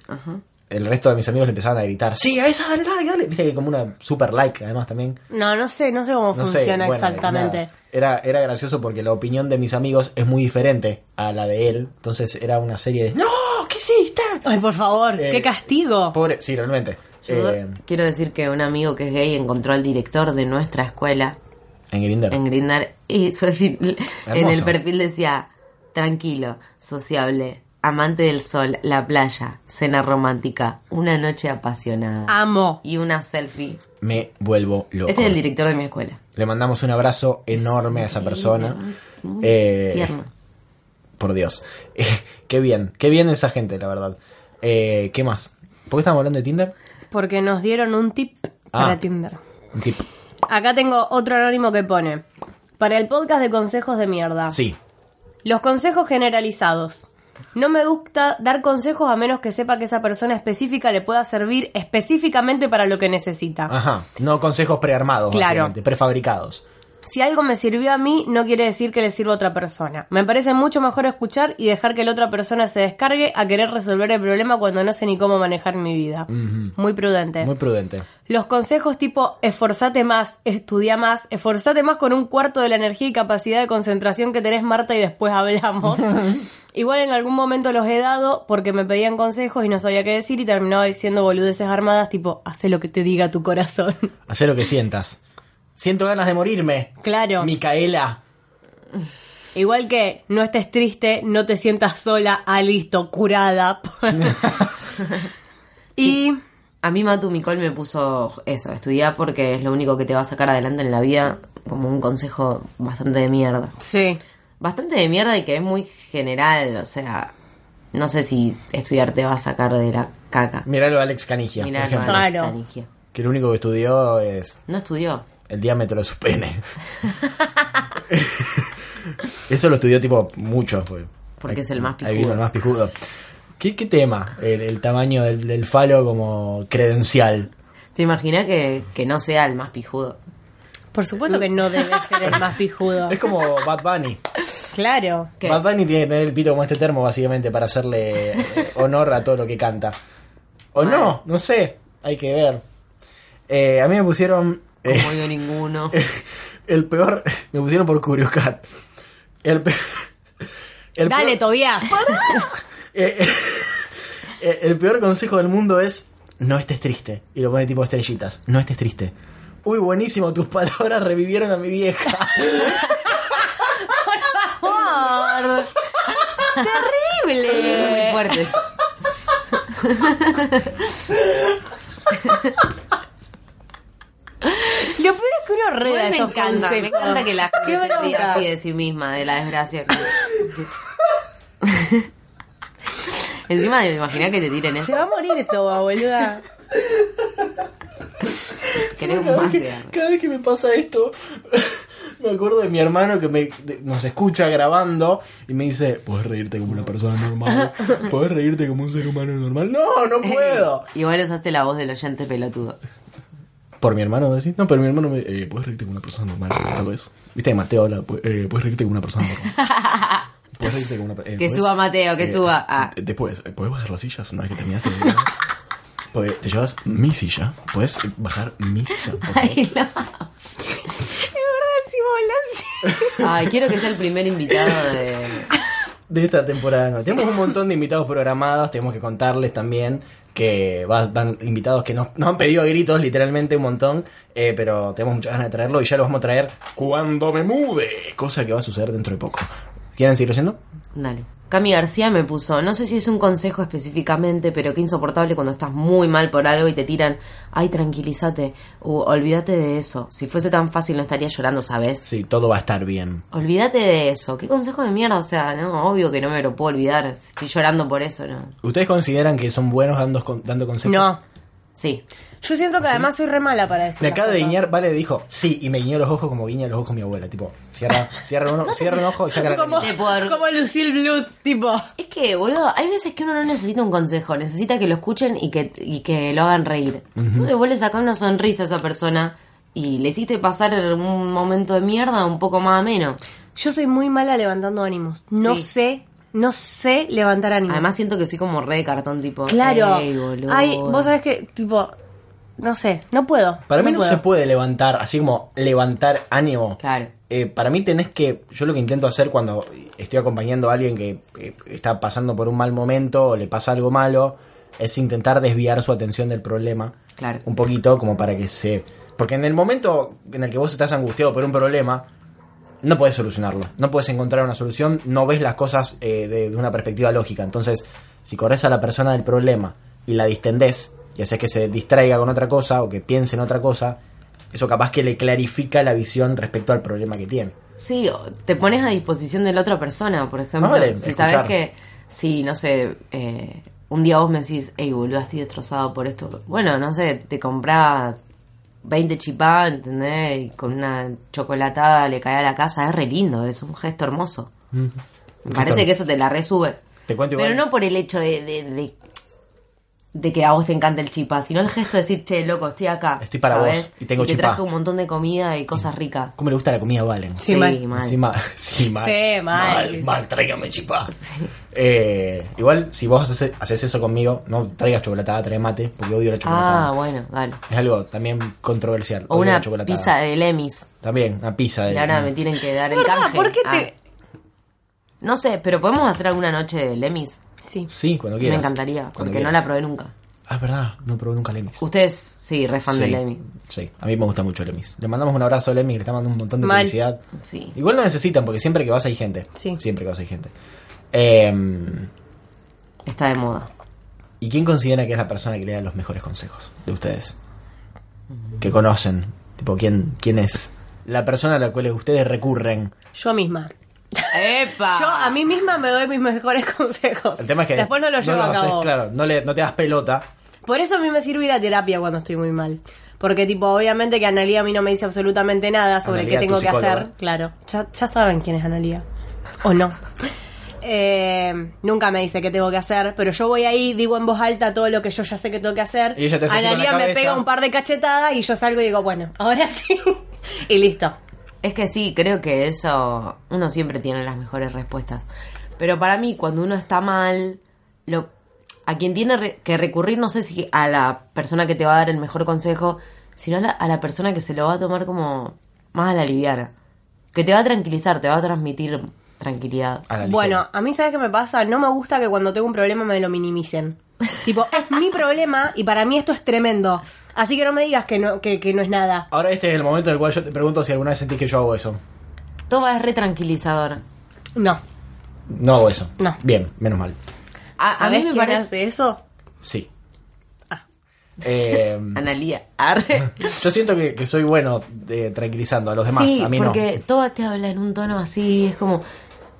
Speaker 2: el resto de mis amigos le empezaban a gritar, sí, a esa, dale, dale, dale". Viste que como una super like además también.
Speaker 3: No, no sé, no sé cómo
Speaker 2: No sé,
Speaker 3: funciona
Speaker 2: bueno,
Speaker 3: exactamente.
Speaker 2: nada. Era, era gracioso porque la opinión de mis amigos es muy diferente a la de él. Entonces era una serie de... ¡No! ¿Qué hiciste?
Speaker 3: Ay, por favor,
Speaker 2: Eh,
Speaker 3: qué castigo.
Speaker 2: Pobre, sí, realmente.
Speaker 1: Oh. Yo
Speaker 2: Eh,
Speaker 1: quiero decir que un amigo que es gay encontró al director de nuestra escuela
Speaker 2: en Grindr.
Speaker 1: en Grindr y su perfil- en el
Speaker 2: Hermoso.
Speaker 1: perfil decía tranquilo, sociable, amante del sol, la playa, cena romántica, una noche apasionada
Speaker 3: Ah. Amo.
Speaker 1: y una selfie.
Speaker 2: Me vuelvo loco.
Speaker 1: Este es el director de mi escuela.
Speaker 2: Le mandamos un abrazo enorme a esa persona. Eh,
Speaker 1: Tierno.
Speaker 2: Por Dios. Eh, qué bien, qué bien esa gente, la verdad. Eh, ¿Qué más? ¿Por qué estamos hablando de Tinder?
Speaker 3: Porque nos dieron un tip
Speaker 2: Ah.
Speaker 3: para Tinder.
Speaker 2: Un tip.
Speaker 3: Acá tengo otro anónimo que pone. Para el podcast de consejos de
Speaker 1: Ah.
Speaker 3: mierda.
Speaker 2: Sí.
Speaker 3: Los consejos generalizados. No me gusta dar consejos a menos que sepa que esa persona específica le pueda servir específicamente para lo que necesita.
Speaker 2: Ajá. No consejos prearmados,
Speaker 3: Claro.
Speaker 2: básicamente, prefabricados.
Speaker 3: Si algo me sirvió a mí, no quiere decir que le sirva a otra persona. Me parece mucho mejor escuchar y dejar que la otra persona se descargue a querer resolver el problema cuando no sé ni cómo manejar mi vida. Muy prudente.
Speaker 2: Muy prudente.
Speaker 3: Los consejos tipo esforzate más, estudia más, esforzate más con un cuarto de la energía y capacidad de concentración que tenés Marta y después hablamos. Igual en algún momento los he dado porque me pedían consejos y no sabía qué decir y terminaba diciendo boludeces armadas tipo hace lo que te diga tu corazón.
Speaker 2: Hacé lo que sientas. Siento ganas de morirme.
Speaker 3: Claro.
Speaker 2: Micaela.
Speaker 3: Igual que no estés triste, no te sientas sola, ah listo, curada. y
Speaker 1: A mí Matu Micol me puso eso, estudiar porque es lo único que te va a sacar adelante en la vida, como un consejo bastante de mierda.
Speaker 3: sí.
Speaker 1: Bastante de mierda y que es muy general, o sea, no sé si estudiar te va a sacar de la caca.
Speaker 2: Miralo a Alex Canigia,
Speaker 1: Mirá,
Speaker 2: por ejemplo.
Speaker 1: no, Alex
Speaker 3: Claro.
Speaker 1: Canigia.
Speaker 2: Que lo único que estudió es
Speaker 1: No estudió.
Speaker 2: el diámetro de su pene. Eso lo estudió tipo mucho. pues.
Speaker 1: Porque es el más
Speaker 2: Ahí vino
Speaker 1: pijudo.
Speaker 2: el más pijudo. ¿Qué, qué tema? El, el tamaño del, del falo como credencial.
Speaker 1: ¿Te imaginas que, que no sea el más pijudo?
Speaker 3: Por supuesto que no debe ser el más pijudo.
Speaker 2: Es como Bad Bunny.
Speaker 3: Claro.
Speaker 1: ¿Qué?
Speaker 2: Bad Bunny tiene que tener el pito como este termo, básicamente, para hacerle eh, honor a todo lo que canta. O no, no sé. Hay que ver. Eh, a mí me pusieron. eh,
Speaker 1: No vio ninguno.
Speaker 2: el peor. Me pusieron por Curioscat. El peor. el
Speaker 3: Dale,
Speaker 2: peor-
Speaker 3: Tobías.
Speaker 2: Eh, eh, eh, el peor consejo del mundo es no estés triste. Y lo pone tipo estrellitas. No estés triste. Uy, buenísimo, tus palabras revivieron a mi vieja.
Speaker 3: favor. Terrible.
Speaker 1: Muy fuerte.
Speaker 3: Lo peor es que uno reda
Speaker 1: Igual me
Speaker 3: esos
Speaker 1: encanta, me
Speaker 3: consejos.
Speaker 1: encanta que la
Speaker 3: Qué
Speaker 1: gente se ría
Speaker 3: bronca.
Speaker 1: así de sí misma, de la desgracia. que- Encima de imaginar que te tiren
Speaker 3: Se
Speaker 1: eso,
Speaker 3: va a morir Toba, boluda.
Speaker 1: queremos más
Speaker 2: que-
Speaker 1: que arre.
Speaker 2: cada vez que me pasa esto, me acuerdo de mi hermano que me, de- nos escucha grabando y me dice, puedes reírte como una persona normal, puedes reírte como un ser humano normal. No, no puedo.
Speaker 1: Igual usaste la voz del oyente pelotudo.
Speaker 2: Por mi hermano, decís. No, pero mi hermano me eh, puedes reírte como una persona normal, tal vez. Viste, Mateo habla, "Pu- eh, puedes reírte como una persona normal. Puedes reírte como una persona
Speaker 1: Que suba Mateo, que suba. Ah.
Speaker 2: Después, eh, ¿puedes bajar las sillas una vez que terminaste? de grabar? Pues, Te llevas mi silla. ¿Puedes bajar mi silla? por favor?
Speaker 1: Ay, no. Ay, quiero que sea el primer invitado de.
Speaker 2: de esta temporada. No. Tenemos un montón de invitados programados, tenemos que contarles también que va- van invitados que nos, nos han pedido a gritos, literalmente un montón, eh, pero tenemos muchas ganas de traerlo y ya lo vamos a traer cuando me mude, cosa que va a suceder dentro de poco. ¿Quieren seguir leyendo?
Speaker 1: Dale. Cami García me puso, no sé si es un consejo específicamente, pero qué insoportable cuando estás muy mal por algo y te tiran, ay, tranquilízate, u olvídate de eso. Si fuese tan fácil no estaría llorando, ¿sabes?
Speaker 2: Sí, todo va a estar bien.
Speaker 1: Olvídate de eso. ¿Qué consejo de mierda? O sea, no, obvio que no me lo puedo olvidar. Si Estoy llorando por eso, ¿no?
Speaker 2: ¿Ustedes consideran que son buenos dando, con- dando consejos?
Speaker 3: No.
Speaker 1: Sí.
Speaker 3: Yo siento que además soy re mala para decir.
Speaker 2: pues. Me
Speaker 3: las
Speaker 2: acaba de
Speaker 3: cosas.
Speaker 2: guiñar, Vale dijo, sí, y me guiñó los ojos como guiña los ojos mi abuela, tipo, cierra, cierra, un, cierra un ojo y saca la
Speaker 3: Como,
Speaker 1: Te puedo-
Speaker 3: como Lucille Blood, tipo.
Speaker 1: Es que, boludo, hay veces que uno no necesita un consejo, necesita que lo escuchen y que, y que lo hagan reír. Entonces vos le sacás una sonrisa a esa persona y le hiciste pasar un momento de mierda un poco más ameno.
Speaker 3: Yo soy muy mala levantando ánimos. No
Speaker 1: Sí.
Speaker 3: sé, no sé levantar ánimos.
Speaker 1: Además siento que soy como re de cartón, tipo...
Speaker 3: claro.
Speaker 1: "Ey, boludo".
Speaker 3: Ay, vos sabés que, tipo, no sé, no puedo.
Speaker 2: Para mí no
Speaker 3: puedo.
Speaker 2: se puede levantar, así como levantar ánimo.
Speaker 1: Claro.
Speaker 2: Eh, para mí tenés que, yo lo que intento hacer cuando estoy acompañando a alguien que eh, está pasando por un mal momento o le pasa algo malo, es intentar desviar su atención del problema.
Speaker 1: Claro.
Speaker 2: Un poquito como para que se... Porque en el momento en el que vos estás angustiado por un problema, no puedes solucionarlo, no puedes encontrar una solución, no ves las cosas eh, de, de una perspectiva lógica. Entonces, si corres a la persona del problema y la distendés y haces que se distraiga con otra cosa o que piense en otra cosa, eso capaz que le clarifica la visión respecto al problema que tiene.
Speaker 1: Sí, o te pones a disposición de la otra persona, por ejemplo.
Speaker 2: Más Ah, vale
Speaker 1: si
Speaker 2: escuchar.
Speaker 1: sabes que, si no sé, eh, un día vos me decís, hey, boludo, estoy destrozado por esto. Bueno, no sé, te compraba 20 chipá, ¿entendés? Y con una chocolatada le cae a la casa. Es re lindo, es un gesto hermoso. Me parece
Speaker 2: Total.
Speaker 1: que eso te la resube.
Speaker 2: Te cuento igual.
Speaker 1: Pero no por el hecho de, de, de, de que a vos te encanta el chipá, sino el gesto de decir, che, loco, estoy acá.
Speaker 2: Estoy para vos
Speaker 1: ¿sabés?
Speaker 2: y tengo
Speaker 1: te
Speaker 2: chipá.
Speaker 1: traje un montón de comida y cosas ricas.
Speaker 2: ¿Cómo le gusta la comida a Valen?
Speaker 3: Sí, mal.
Speaker 1: mal.
Speaker 2: Sí, mal. Sí, mal.
Speaker 3: Sí, mal.
Speaker 2: Mal, mal, tráigame chipá. Eh, igual, si vos haces, haces eso conmigo, no traigas chocolatada, trae mate, porque odio la chocolatada.
Speaker 1: Ah, bueno, dale.
Speaker 2: Es algo también controversial.
Speaker 1: O
Speaker 2: odio la
Speaker 1: una
Speaker 2: chocolatada.
Speaker 1: pizza de Lemis.
Speaker 2: También, una pizza. De,
Speaker 1: Y ahora me tienen que dar el
Speaker 3: ¿Verdad?
Speaker 1: canje. Ah,
Speaker 3: ¿Por qué te-
Speaker 1: No sé, pero podemos hacer alguna noche de Lemis.
Speaker 3: Sí.
Speaker 2: Sí, cuando
Speaker 1: Me
Speaker 2: quieras.
Speaker 1: encantaría,
Speaker 2: Cuando
Speaker 1: porque no la
Speaker 2: quieras.
Speaker 1: probé nunca.
Speaker 2: Ah, es verdad, no probé nunca Lemis.
Speaker 1: Ustedes, sí, re fan
Speaker 2: sí,
Speaker 1: de Lemis.
Speaker 2: Sí, a mí me gusta mucho Lemis. Le mandamos un abrazo a Lemis, le está mandando un montón de
Speaker 3: Mal.
Speaker 2: publicidad.
Speaker 1: Sí.
Speaker 2: Igual no necesitan, porque siempre que vas hay gente.
Speaker 3: Sí.
Speaker 2: Siempre que vas hay gente. Eh,
Speaker 1: Está de moda.
Speaker 2: ¿Y quién considera que es la persona que le da los mejores consejos de ustedes? Que conocen. Tipo, ¿quién, quién es? La persona a la cual ustedes recurren.
Speaker 3: Yo misma.
Speaker 1: ¡Epa!
Speaker 3: Yo a mí misma me doy mis mejores consejos.
Speaker 2: El tema es que
Speaker 3: Después no lo llevo a
Speaker 2: haces,
Speaker 3: cabo.
Speaker 2: claro, no, le, no te das pelota.
Speaker 3: Por eso a mí me sirve ir a terapia cuando estoy muy mal. Porque, tipo, obviamente que Analía a mí no me dice absolutamente nada sobre
Speaker 2: Analía,
Speaker 3: qué tengo
Speaker 2: tu
Speaker 3: que hacer.
Speaker 2: psicóloga.
Speaker 3: Claro. Ya, ya saben quién es Analía. O no. Eh, nunca me dice qué tengo que hacer, pero yo voy ahí, digo en voz alta todo lo que yo ya sé que tengo que hacer.
Speaker 2: Y ella te hace así con la
Speaker 3: Analía me
Speaker 2: cabeza.
Speaker 3: pega un par de cachetadas y yo salgo y digo, bueno, ahora sí. y listo.
Speaker 1: Es que sí, creo que eso uno siempre tiene las mejores respuestas. Pero para mí, cuando uno está mal, lo, a quien tiene re- que recurrir, no sé si a la persona que te va a dar el mejor consejo, sino a la, a la persona que se lo va a tomar como más a la liviana. Que te va a tranquilizar, te va a transmitir tranquilidad.
Speaker 2: A la ligera.
Speaker 3: Bueno, a mí, ¿sabes qué me pasa? No me gusta que cuando tengo un problema me lo minimicen. Tipo, es mi problema y para mí esto es tremendo. Así que no me digas que no, que, que no es nada.
Speaker 2: Ahora este es el momento en el cual yo te pregunto si alguna vez sentís que yo hago eso.
Speaker 1: Toba es re tranquilizadora.
Speaker 3: No.
Speaker 2: No hago eso.
Speaker 3: No.
Speaker 2: Bien, menos mal.
Speaker 1: A, a mí me parece.
Speaker 3: eso?
Speaker 2: Sí.
Speaker 1: Ah.
Speaker 2: Eh,
Speaker 1: Analía, arre.
Speaker 2: yo siento que, que soy bueno de, tranquilizando a los demás.
Speaker 1: sí,
Speaker 2: a mí
Speaker 1: porque
Speaker 2: no.
Speaker 1: Toba te habla en un tono así, es como,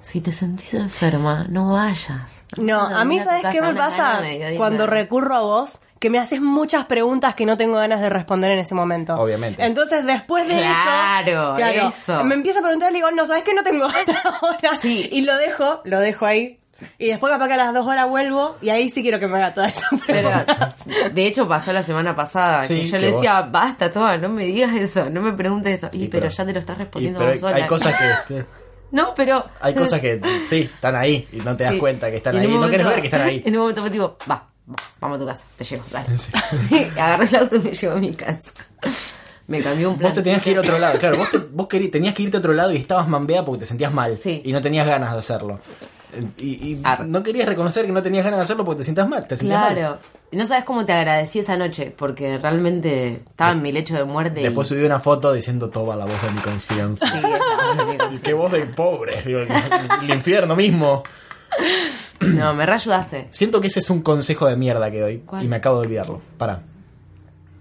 Speaker 1: si te sentís enferma, no vayas.
Speaker 3: No, a mí,
Speaker 1: Anda tu
Speaker 3: ¿sabes qué
Speaker 1: casa,
Speaker 3: me
Speaker 1: una
Speaker 3: pasa
Speaker 1: gana de irme.
Speaker 3: cuando recurro a vos? Que me haces muchas preguntas que no tengo ganas de responder en ese momento.
Speaker 2: Obviamente.
Speaker 3: Entonces, después de
Speaker 1: Claro,
Speaker 3: eso.
Speaker 1: eso.
Speaker 3: Me empieza a preguntar y le digo, no, ¿sabes qué? No tengo ganas ahora.
Speaker 1: Sí.
Speaker 3: Y lo dejo, lo dejo ahí. Y después, capaz que a las dos horas vuelvo y ahí sí quiero que me haga toda esa
Speaker 1: Pero,
Speaker 3: pregunta.
Speaker 1: de hecho pasó la semana pasada
Speaker 2: Sí,
Speaker 1: que yo
Speaker 2: que
Speaker 1: le
Speaker 2: vos-
Speaker 1: decía, basta, Toba, no me digas eso, no me preguntes eso. Y,
Speaker 2: Sí,
Speaker 1: pero, ya te lo estás respondiendo
Speaker 2: y, pero
Speaker 1: vos sola.
Speaker 2: Hay cosas que...
Speaker 1: No, pero...
Speaker 2: Hay cosas que sí, están ahí y no te das
Speaker 1: Sí.
Speaker 2: cuenta que están
Speaker 1: Y en
Speaker 2: ahí.
Speaker 1: un
Speaker 2: No querés
Speaker 1: momento-
Speaker 2: ver que están ahí.
Speaker 1: En un momento fue tipo, va, va, vamos a tu casa, te llevo, dale. Agarré el auto y me llevo a mi casa. Me cambió un plan.
Speaker 2: Vos te tenías que ir a otro lado, claro, vos, te- vos querí- tenías que irte a otro lado y estabas mambeada porque te sentías mal
Speaker 1: Sí.
Speaker 2: y no tenías ganas de hacerlo. Y, y
Speaker 1: Ar.
Speaker 2: no querías reconocer que no tenías ganas de hacerlo porque te sentías mal, te sentías mal.
Speaker 1: Claro. No sabes cómo te agradecí esa noche, porque realmente estaba en mi lecho de muerte. y-
Speaker 2: Después subí una foto diciendo toda la voz de mi
Speaker 1: Sí,
Speaker 2: conciencia.
Speaker 1: esa voz de mi
Speaker 2: Qué voz de pobre, digo, el infierno mismo.
Speaker 1: No, me reayudaste.
Speaker 2: Siento que ese es un consejo de mierda que doy.
Speaker 1: ¿Cuál?
Speaker 2: Y me acabo de olvidarlo. Pará.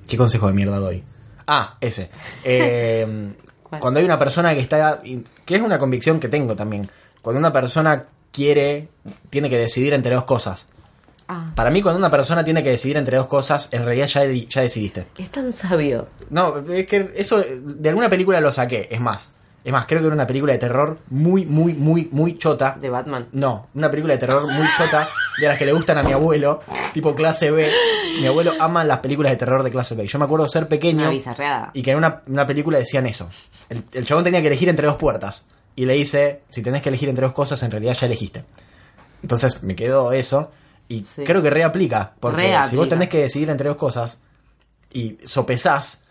Speaker 2: ¿Qué consejo de mierda doy? Ah, ese. Eh,
Speaker 1: ¿Cuál?
Speaker 2: cuando hay una persona que está. que es una convicción que tengo también. Cuando una persona quiere. tiene que decidir entre dos cosas.
Speaker 1: Ah,
Speaker 2: Para mí, cuando una persona tiene que decidir entre dos cosas, en realidad ya, de- ya decidiste.
Speaker 1: es tan sabio.
Speaker 2: No, es que eso eh, de alguna película lo saqué, es más. Es más, creo que era una película de terror muy, muy, muy, muy chota.
Speaker 1: De Batman.
Speaker 2: No, una película de terror muy chota, de las que le gustan a mi abuelo, tipo clase B. Mi abuelo ama las películas de terror de clase B. Yo me acuerdo ser pequeño
Speaker 1: Una bizarreada.
Speaker 2: y que en una, una película decían eso. El, el chabón tenía que elegir entre dos puertas. Y le dice, si tenés que elegir entre dos cosas, en realidad ya elegiste. Entonces me quedó eso. Y
Speaker 1: Sí.
Speaker 2: creo que reaplica. Porque si
Speaker 1: Reaplica.
Speaker 2: vos tenés que decidir entre dos cosas y sopesás,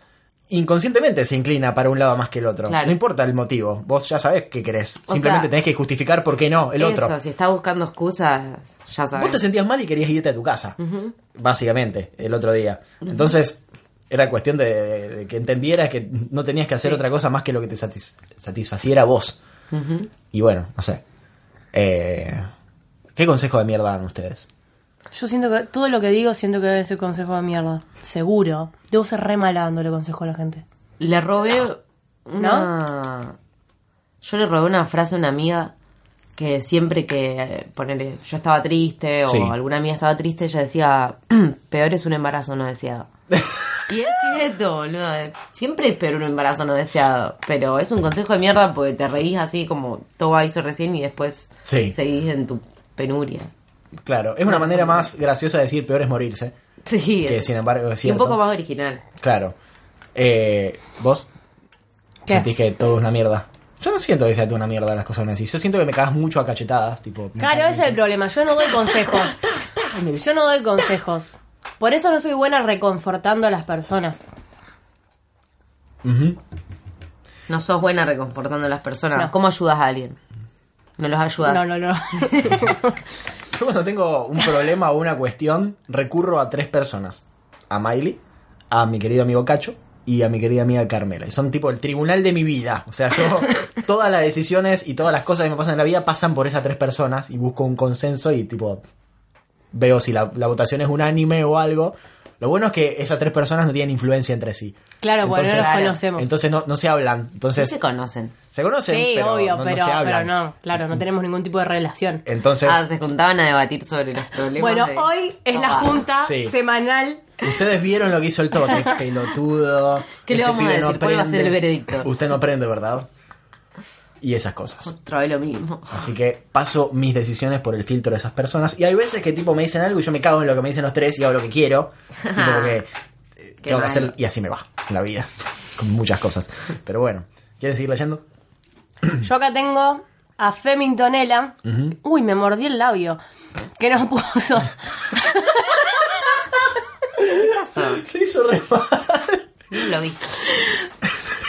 Speaker 2: inconscientemente se inclina para un lado más que el otro.
Speaker 1: Claro.
Speaker 2: No importa el motivo. Vos ya sabés qué querés.
Speaker 1: O
Speaker 2: Simplemente
Speaker 1: sea,
Speaker 2: tenés que justificar por qué no el
Speaker 1: Eso,
Speaker 2: otro.
Speaker 1: si está buscando excusas, ya
Speaker 2: Vos te
Speaker 1: sabes.
Speaker 2: sentías mal y querías irte a tu casa, básicamente, el otro día. Entonces, era cuestión de, de que entendieras que no tenías que hacer
Speaker 1: Sí.
Speaker 2: otra cosa más que lo que te satis- satisfaciera a vos. Y bueno, no sé. Eh, ¿Qué consejo de mierda dan ustedes?
Speaker 3: Yo siento que todo lo que digo, siento que debe ser consejo de mierda. Seguro. Debo ser re mala dándole consejo a la gente.
Speaker 1: Le robé una... Yo le robé una frase a una amiga que siempre que, ponele, yo estaba triste o
Speaker 2: Sí.
Speaker 1: alguna amiga estaba triste, ella decía, peor es un embarazo no deseado. y es cierto, boludo. eh. Siempre es peor un embarazo no deseado. Pero es un consejo de mierda porque te reís así como Toba hizo recién y después
Speaker 2: Sí.
Speaker 1: seguís en tu penuria.
Speaker 2: Claro, es una manera más graciosa de decir peor es morirse.
Speaker 1: Sí,
Speaker 2: Que
Speaker 1: es-
Speaker 2: sin embargo es
Speaker 1: y un
Speaker 2: cierto.
Speaker 1: poco más original.
Speaker 2: Claro. Eh, ¿Vos?
Speaker 3: ¿Qué?
Speaker 2: Sentís que todo es una mierda. Yo no siento que sea todo una mierda las cosas que me decís. Yo siento que me cagas mucho a cachetadas. Tipo, me
Speaker 3: Claro,
Speaker 2: cagas
Speaker 3: ese es el problema. Yo no doy consejos. Yo no doy consejos. Por eso no soy buena reconfortando a las personas.
Speaker 1: No sos buena reconfortando a las personas.
Speaker 3: No.
Speaker 1: ¿Cómo ayudas a alguien? No los ayudas.
Speaker 3: No, no, no.
Speaker 2: Yo cuando tengo un problema o una cuestión, recurro a tres personas. A Miley, a mi querido amigo Cacho y a mi querida amiga Carmela. Y son tipo el tribunal de mi vida. O sea, yo todas las decisiones y todas las cosas que me pasan en la vida pasan por esas tres personas y busco un consenso y tipo veo si la, la votación es unánime o algo. Lo bueno es que esas tres personas no tienen influencia entre sí.
Speaker 3: Claro, porque no
Speaker 2: Entonces-
Speaker 3: los
Speaker 1: claro.
Speaker 3: conocemos.
Speaker 2: Entonces no, no se hablan.
Speaker 1: No
Speaker 2: Entonces
Speaker 1: se conocen.
Speaker 2: se conocen,
Speaker 3: sí,
Speaker 2: pero,
Speaker 3: obvio,
Speaker 2: no, no
Speaker 3: pero,
Speaker 2: se
Speaker 3: pero
Speaker 2: hablan.
Speaker 3: no. Claro, no tenemos ningún tipo de relación.
Speaker 2: Entonces,
Speaker 1: ah, se juntaban a debatir sobre los problemas.
Speaker 3: Bueno,
Speaker 1: de-
Speaker 3: hoy es la
Speaker 1: Ah.
Speaker 3: junta
Speaker 2: Sí.
Speaker 3: semanal.
Speaker 2: Ustedes vieron lo que hizo el Tote, pelotudo. Este
Speaker 1: ¿Qué le vamos a
Speaker 2: pibe no
Speaker 1: decir? ¿Cuál va a ser el
Speaker 2: aprende.
Speaker 1: veredicto?
Speaker 2: Usted no aprende, ¿verdad? Y esas cosas.
Speaker 1: Otra vez lo mismo.
Speaker 2: Así que paso mis decisiones por el filtro de esas personas. Y hay veces que tipo me dicen algo y yo me cago en lo que me dicen los tres y hago lo que quiero. Tipo porque eh,
Speaker 1: Qué
Speaker 2: tengo que
Speaker 1: mal.
Speaker 2: hacer. Y así me va en la vida. Con muchas cosas. Pero bueno, ¿quieren seguir leyendo?
Speaker 3: Yo acá tengo a Femingtonela. Uy, me mordí el labio. Que nos puso.
Speaker 2: Se hizo re
Speaker 1: Lo vi.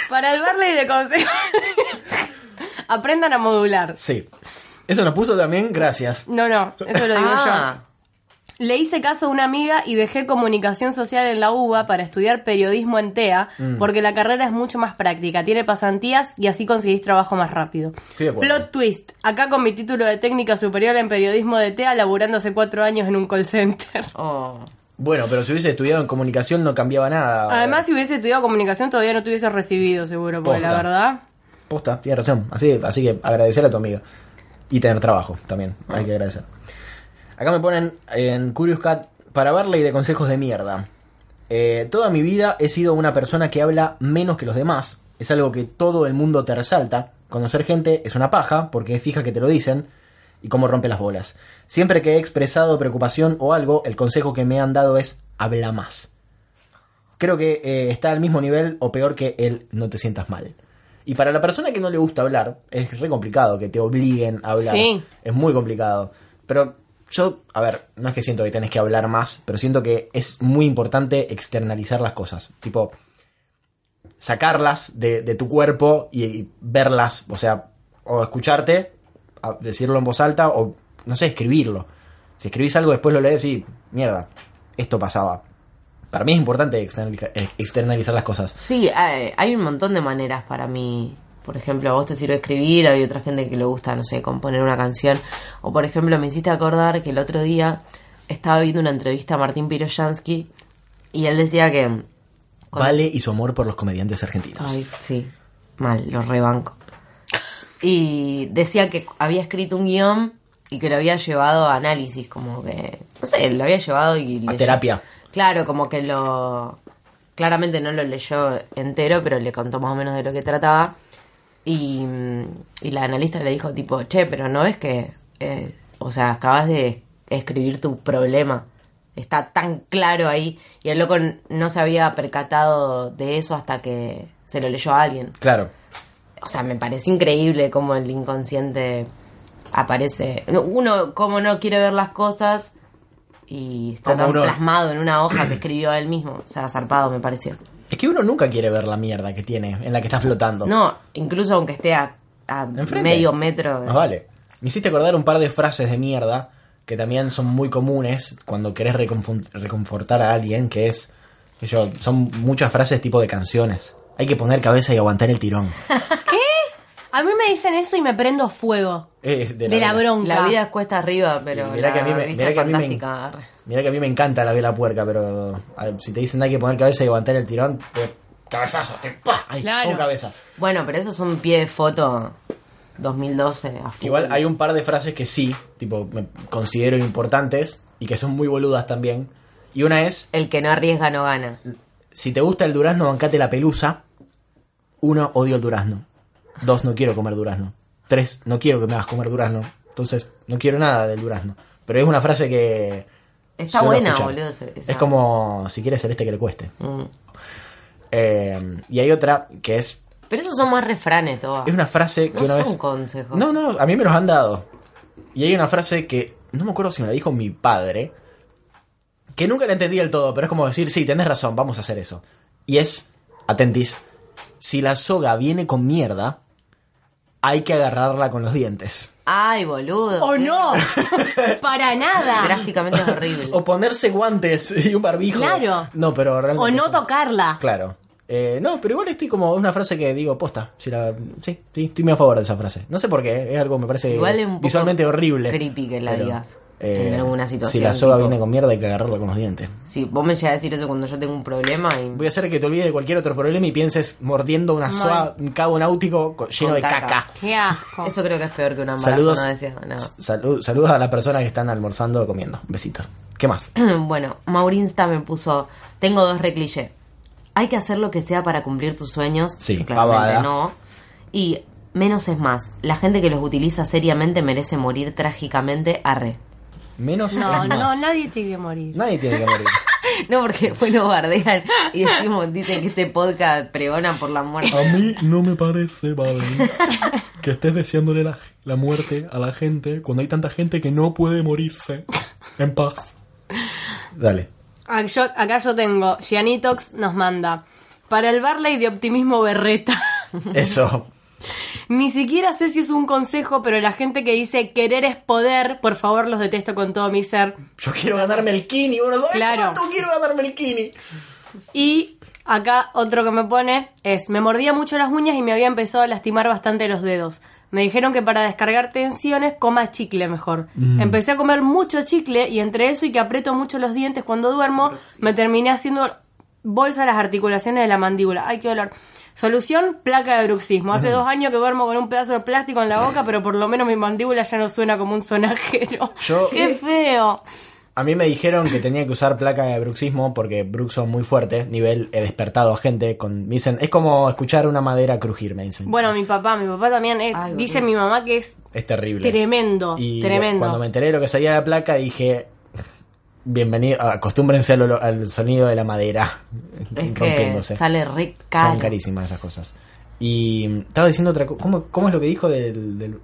Speaker 3: Para el Barley de consejo. Aprendan a modular.
Speaker 2: Sí. Eso nos puso también, gracias.
Speaker 3: No, no, eso lo digo
Speaker 1: Ah,
Speaker 3: yo. Le hice caso a una amiga y dejé comunicación social en la UBA para estudiar periodismo en TEA,
Speaker 2: Mm.
Speaker 3: porque la carrera es mucho más práctica, tiene pasantías y así conseguís trabajo más rápido.
Speaker 2: Estoy de acuerdo.
Speaker 3: Plot twist, acá con mi título de técnica superior en periodismo de TEA, laburando hace cuatro años en un call center.
Speaker 1: oh.
Speaker 2: Bueno, pero si hubiese estudiado en comunicación no cambiaba nada.
Speaker 3: Además, si hubiese estudiado comunicación todavía no te hubiese recibido, seguro, porque la
Speaker 2: Posta.
Speaker 3: verdad...
Speaker 2: Posta, tienes razón. Así, así que agradecer a tu amiga. Y tener trabajo también. Hay que agradecer. Acá me ponen en Curious Cat para verle y de consejos de mierda. Eh, toda mi vida he sido una persona que habla menos que los demás. Es algo que todo el mundo te resalta. Conocer gente es una paja porque es fija que te lo dicen y cómo rompe las bolas. Siempre que he expresado preocupación o algo, el consejo que me han dado es habla más. Creo que eh, está al mismo nivel o peor que el no te sientas mal. Y para la persona que no le gusta hablar, es re complicado que te obliguen a hablar.
Speaker 3: Sí.
Speaker 2: Es muy complicado. Pero yo, a ver, no es que siento que tenés que hablar más, pero siento que es muy importante externalizar las cosas. Tipo, sacarlas de, de tu cuerpo y, y verlas, o sea, o escucharte, a- decirlo en voz alta, o no sé, escribirlo. Si escribís algo, después lo lees y, mierda, esto pasaba. Para mí es importante externalica- eh, externalizar las cosas.
Speaker 1: Sí, hay, hay un montón de maneras para mí. Por ejemplo, a vos te sirve escribir, hay otra gente que le gusta, no sé, componer una canción. O por ejemplo, me hiciste acordar que el otro día estaba viendo una entrevista a Martín Piroyansky y él decía que... cuando-
Speaker 2: Vale y su amor por los comediantes argentinos.
Speaker 1: Ay, sí, mal, lo rebanco. Y decía que había escrito un guión y que lo había llevado a análisis, como que... No sé, lo había llevado y...
Speaker 2: A
Speaker 1: leyó.
Speaker 2: terapia.
Speaker 1: Claro, como que lo... Claramente no lo leyó entero, pero le contó más o menos de lo que trataba. Y, mm, y la analista le dijo tipo, che, pero no es que... eh, o sea, acabas de escribir tu problema. Está tan claro ahí. Y el loco no se había percatado de eso hasta que se lo leyó a alguien.
Speaker 2: Claro.
Speaker 1: O sea, me parece increíble cómo el inconsciente aparece. No, Uno, cómo no quiere ver las cosas y está
Speaker 2: Cómo
Speaker 1: tan
Speaker 2: uno-
Speaker 1: plasmado en una hoja que escribió él mismo. O sea, zarpado me pareció.
Speaker 2: Es que uno nunca quiere ver la mierda que tiene, en la que está flotando.
Speaker 1: No, incluso aunque esté a, a
Speaker 2: Enfrente.
Speaker 1: medio metro.
Speaker 2: Más vale. Me hiciste acordar un par de frases de mierda que también son muy comunes cuando querés reconfun- reconfortar a alguien, que es, qué sé yo, son muchas frases tipo de canciones. Hay que poner cabeza y aguantar el tirón.
Speaker 3: A mí me dicen eso y me prendo fuego.
Speaker 2: Es
Speaker 3: De la bronca.
Speaker 1: La vida es cuesta arriba, pero
Speaker 2: Mirá
Speaker 1: la
Speaker 2: que a mí me-
Speaker 1: vista
Speaker 2: mirá
Speaker 1: es
Speaker 2: que a mí me-
Speaker 1: fantástica.
Speaker 2: Mira que a mí me encanta la vela puerca, pero a ver, si te dicen hay que poner cabeza y aguantar el tirón, te- cabezazo, te pa, ahí,
Speaker 3: Claro.
Speaker 2: con cabeza.
Speaker 1: Bueno, pero eso es un pie de foto 2012 a full.
Speaker 2: Igual hay un par de frases que sí, tipo, me considero importantes y que son muy boludas también. Y una es,
Speaker 1: El que no arriesga no gana.
Speaker 2: Si te gusta el durazno, bancate la pelusa. Uno, odio el durazno. Dos, no quiero comer durazno. Tres, no quiero que me hagas comer durazno. Entonces, no quiero nada del durazno. Pero es una frase que...
Speaker 1: Está
Speaker 2: suelo
Speaker 1: buena,
Speaker 2: escuchar.
Speaker 1: boludo. esa- Mm.
Speaker 2: Es como, si quieres celeste que le cueste. Eh, y hay otra que es...
Speaker 1: Pero esos son más refranes, todas.
Speaker 2: Es una frase que
Speaker 1: No
Speaker 2: una
Speaker 1: son
Speaker 2: vez...
Speaker 1: consejos.
Speaker 2: No, no, a mí me los han dado. Y hay una frase que no me acuerdo si me la dijo mi padre, que nunca la entendí del todo, pero es como decir, sí, tenés razón, vamos a hacer eso. Y es, atentis, si la soga viene con mierda, hay que agarrarla con los dientes.
Speaker 1: Ay, boludo.
Speaker 2: Oh,
Speaker 3: ¡O
Speaker 1: qué-
Speaker 3: no! ¡Para nada!
Speaker 1: Gráficamente es horrible.
Speaker 2: O ponerse guantes y un barbijo.
Speaker 3: Claro.
Speaker 2: No, pero realmente...
Speaker 3: ¡O no tocarla!
Speaker 2: Claro. Eh, no, pero igual estoy como, es una frase que digo, posta, si la... Sí, sí, estoy muy a favor de esa frase. No sé por qué, es algo, me parece
Speaker 1: Igual es un poco
Speaker 2: visualmente horrible. eh,
Speaker 1: creepy que la digas en alguna situación,
Speaker 2: Si la soga
Speaker 1: tipo-
Speaker 2: viene con mierda hay que agarrarla con los dientes.
Speaker 1: Si vos me llegas a decir eso cuando yo tengo un problema y...
Speaker 2: Voy a hacer que te olvides de cualquier otro problema y pienses mordiendo una soga, un cabo náutico co- lleno
Speaker 1: Con
Speaker 2: de caca.
Speaker 1: caca.
Speaker 3: ¡Qué asco!
Speaker 1: Eso creo que es peor que un embarazo
Speaker 2: Saludos,
Speaker 1: no deseado, no.
Speaker 2: salu- saludos a las personas que están almorzando o comiendo. Besitos. ¿Qué más?
Speaker 1: bueno, Maurinsta me puso... Tengo dos recliché. Hay que hacer lo que sea para cumplir tus sueños.
Speaker 2: Sí, pavada.
Speaker 1: claramente no. Y menos es más. La gente que los utiliza seriamente merece morir trágicamente arre.
Speaker 2: Menos
Speaker 3: No,
Speaker 2: es más.
Speaker 3: no, nadie tiene que morir.
Speaker 2: Nadie tiene que morir.
Speaker 1: No, porque después nos bardean y decimos, dicen que este podcast pregona por la muerte.
Speaker 4: A mí no me parece, vale, que estés deseándole la, la muerte a la gente cuando hay tanta gente que no puede morirse en paz.
Speaker 2: Dale.
Speaker 3: Ah, yo- acá yo tengo, Gianitox nos manda, para el Barley de optimismo berreta.
Speaker 2: Eso.
Speaker 3: Ni siquiera sé si es un consejo, pero la gente que dice querer es poder, por favor los detesto con todo mi ser.
Speaker 2: Yo quiero ganarme el kini, vos no sabés
Speaker 3: Claro.
Speaker 2: cuánto quiero ganarme el kini.
Speaker 3: Y acá otro que me pone es, me mordía mucho las uñas y me había empezado a lastimar bastante los dedos. Me dijeron que para descargar tensiones coma chicle mejor. Empecé a comer mucho chicle y entre eso y que aprieto mucho los dientes cuando duermo, me terminé haciendo bolsa a las articulaciones de la mandíbula. Ay, qué dolor. Solución, placa de bruxismo. Hace dos años que duermo con un pedazo de plástico en la boca, pero por lo menos mi mandíbula ya no suena como un sonajero.
Speaker 2: Yo-
Speaker 3: ¡Qué feo!
Speaker 2: A mí me dijeron que tenía que usar placa de bruxismo porque brux son muy fuertes, nivel he despertado a gente con... Me dicen, es como escuchar una madera crujir, me dicen.
Speaker 3: Bueno, mi papá, mi papá también eh,
Speaker 1: Ay,
Speaker 3: dice mi
Speaker 1: boludo.
Speaker 3: mamá que es
Speaker 2: es terrible.
Speaker 3: Tremendo,
Speaker 2: Y
Speaker 3: tremendo.
Speaker 2: cuando me enteré de lo que salía de la placa dije, bienvenido, acostúmbrense al, olo- al sonido de la madera
Speaker 1: Es que
Speaker 2: Oh, rompiéndose.
Speaker 1: sale re caro.
Speaker 2: Son carísimas esas cosas. Y mm, estaba diciendo otra cosa, ¿Cómo, ¿cómo es lo que dijo del, del-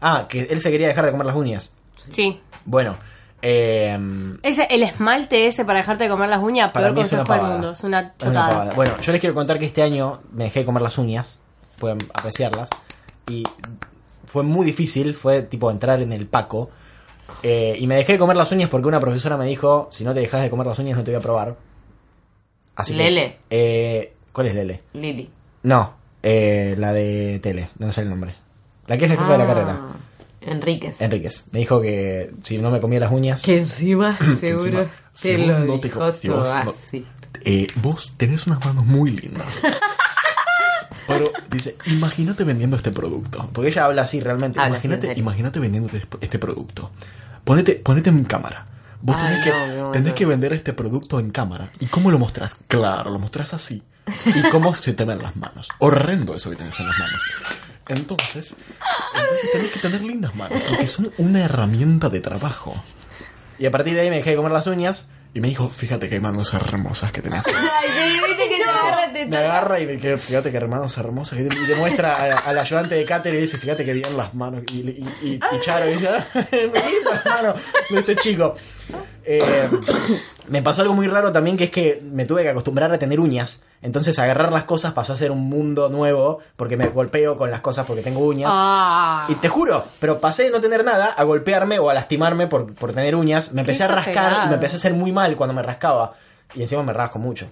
Speaker 2: Ah, que él se quería dejar de comer las uñas.
Speaker 3: Sí.
Speaker 2: Bueno, Eh,
Speaker 3: Ese, el esmalte ese para dejarte de comer las uñas,
Speaker 2: Para
Speaker 3: peor
Speaker 2: mí es una
Speaker 3: consejo del
Speaker 2: pavada.
Speaker 3: mundo. Es una
Speaker 2: es una
Speaker 3: chotada.
Speaker 2: pavada. Bueno, yo les quiero contar que este año me dejé de comer las uñas. Pueden apreciarlas. Y fue muy difícil. Fue tipo entrar en el paco. Eh, y me dejé de comer las uñas porque una profesora me dijo: Si no te dejas de comer las uñas, no te voy a probar. Así que-
Speaker 1: Lele.
Speaker 2: Eh, ¿Cuál es Lele?
Speaker 1: Lili.
Speaker 2: No, eh, la de tele, no sé el nombre. La que es la jefa de la
Speaker 1: Ah,
Speaker 2: carrera,
Speaker 1: Enríquez.
Speaker 2: Enríquez. Me dijo que si no me comía las uñas.
Speaker 1: Que encima seguro
Speaker 4: encima,
Speaker 1: te
Speaker 4: si vos
Speaker 1: lo
Speaker 4: no te
Speaker 1: dijo
Speaker 4: co- si
Speaker 1: todo
Speaker 4: vos no-
Speaker 1: así.
Speaker 4: Eh, vos tenés unas manos muy lindas. Pero dice, imagínate vendiendo este producto.
Speaker 2: Porque ella habla así realmente.
Speaker 1: Habla así, en
Speaker 4: Imagínate,
Speaker 1: serio.
Speaker 4: imagínate vendiéndote esp- este producto. Ponete, ponete en cámara. Vos
Speaker 1: Ay,
Speaker 4: tenés, que,
Speaker 1: no, no,
Speaker 4: tenés
Speaker 1: no.
Speaker 4: que vender este producto en cámara. ¿Y cómo lo mostrás? Claro, lo mostrás así. ¿Y cómo se te ven las manos? Horrendo eso que tenés en las manos. Entonces, entonces tenés que tener lindas manos, porque son una herramienta de trabajo.
Speaker 2: Y a partir de ahí me dejé de comer las uñas.
Speaker 4: Y me dijo, fíjate que hay manos hermosas que tenés.
Speaker 1: Ay, sí, viste que te agarraste
Speaker 2: Me agarra y me que- fíjate que hermanos hermosos. Y te muestra a- al ayudante de cáter y dice, fíjate que bien las manos. Y, y, y, y Charo dice, "Ah, miren las manos de este chico. Eh, me pasó algo muy raro también, que es que me tuve que acostumbrar a tener uñas. Entonces agarrar las cosas pasó a ser un mundo nuevo, porque me golpeo con las cosas porque tengo uñas.
Speaker 3: Ah.
Speaker 2: Y te juro, pero pasé de no tener nada a golpearme o a lastimarme por, por tener uñas. Me empecé a rascar
Speaker 3: exagerado.
Speaker 2: y me empecé a hacer muy mal cuando me rascaba. Y encima me rasco mucho.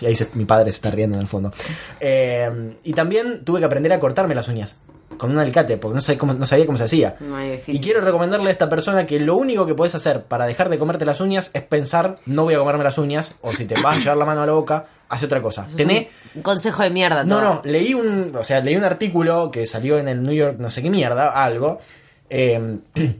Speaker 2: Y ahí se- mi padre se está riendo en el fondo. Eh, y también tuve que aprender a cortarme las uñas con un alicate, porque no, sabía cómo, no sabía cómo se hacía.
Speaker 1: Muy difícil.
Speaker 2: Y quiero recomendarle a esta persona que lo único que puedes hacer para dejar de comerte las uñas es pensar, no voy a comerme las uñas, o si te vas a llevar la mano a la boca, hace otra cosa. Tené
Speaker 1: Un consejo de mierda.
Speaker 2: no,
Speaker 1: todo.
Speaker 2: no, leí un, o sea, leí un artículo que salió en el New York, no sé qué mierda, algo, eh,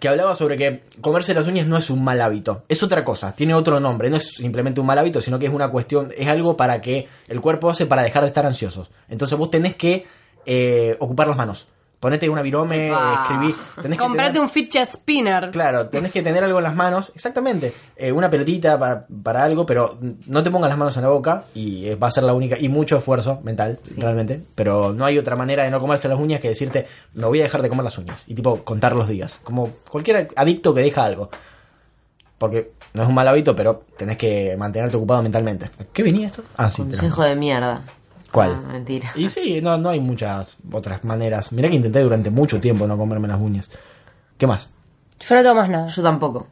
Speaker 2: que hablaba sobre que comerse las uñas no es un mal hábito, es otra cosa, tiene otro nombre, no es simplemente un mal hábito, sino que es una cuestión, es algo para que el cuerpo hace para dejar de estar ansiosos. Entonces vos tenés que eh, ocupar las manos, ponete una virome,
Speaker 1: Epa.
Speaker 2: escribí, tenés que
Speaker 3: Comprate
Speaker 2: tener-
Speaker 3: un fidget spinner.
Speaker 2: Claro, tenés que tener algo en las manos, exactamente, eh, una pelotita para, para algo, pero no te pongas las manos en la boca y eh, va a ser la única, y mucho esfuerzo mental, realmente, pero no hay otra manera de no comerse las uñas que decirte, me voy a dejar de comer las uñas, y tipo contar los días, como cualquier adicto que deja algo, porque no es un mal hábito, pero tenés que mantenerte ocupado mentalmente. ¿A ¿Qué venía esto? Ah, sí. te lo-
Speaker 1: Consejo de mierda.
Speaker 2: ¿Cuál?
Speaker 1: Ah, mentira.
Speaker 2: Y sí, no, no hay muchas otras maneras. Mirá que intenté durante mucho tiempo no comerme las uñas. ¿Qué más?
Speaker 3: Yo no tomo más nada.
Speaker 1: Yo tampoco.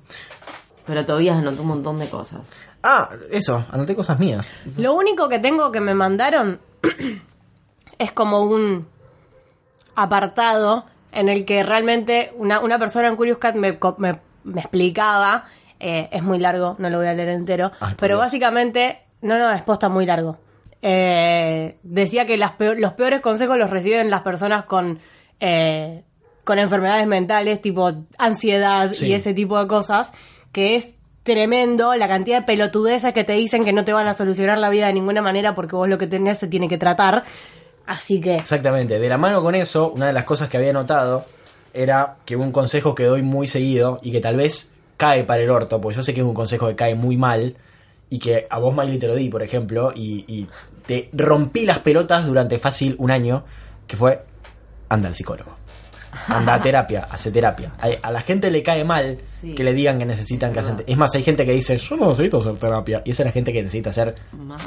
Speaker 1: Pero Tobías anotó un montón de cosas.
Speaker 2: Ah, eso, anoté cosas mías.
Speaker 3: Lo único que tengo que me mandaron es como un apartado en el que realmente una, una persona en Curious Cat me, co- me- me explicaba, eh, es muy largo, no lo voy a leer entero,
Speaker 2: Ay, por
Speaker 3: pero
Speaker 2: Dios.
Speaker 3: básicamente, no, no, es posta muy largo. Eh, decía que las peor- los peores consejos los reciben las personas con, eh, con enfermedades mentales, tipo ansiedad
Speaker 2: Sí.
Speaker 3: y ese este tipo de cosas, que es tremendo la cantidad de pelotudeces que te dicen que no te van a solucionar la vida de ninguna manera porque vos lo que tenés se tiene que tratar. Así que...
Speaker 2: Exactamente. De la mano con eso, una de las cosas que había notado era que un consejo que doy muy seguido y que tal vez cae para el orto, porque yo sé que es un consejo que cae muy mal y que a vos, Miley, te lo di, por ejemplo, y, y te rompí las pelotas durante fácil un año, que fue, anda al psicólogo. Anda a terapia, hace terapia. A, a la gente le cae mal
Speaker 1: Sí.
Speaker 2: que le digan que necesitan que hacen...
Speaker 1: Verdad.
Speaker 2: Es más, hay gente que dice, yo no necesito hacer terapia. Y esa es la gente que necesita hacer
Speaker 1: Mal.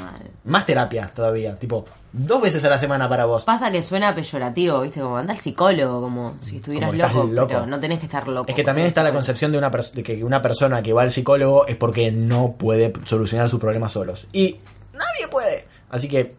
Speaker 2: más terapia todavía. Tipo, dos veces a la semana para vos.
Speaker 1: Pasa que suena peyorativo, ¿viste? Como anda al psicólogo, como si estuvieras
Speaker 2: Como que estás
Speaker 1: loco,
Speaker 2: loco.
Speaker 1: pero no tenés que estar loco.
Speaker 2: Es que también está la concepción de, una pers- de que una persona que va al psicólogo es porque no puede solucionar sus problemas solos. Y nadie puede. Así que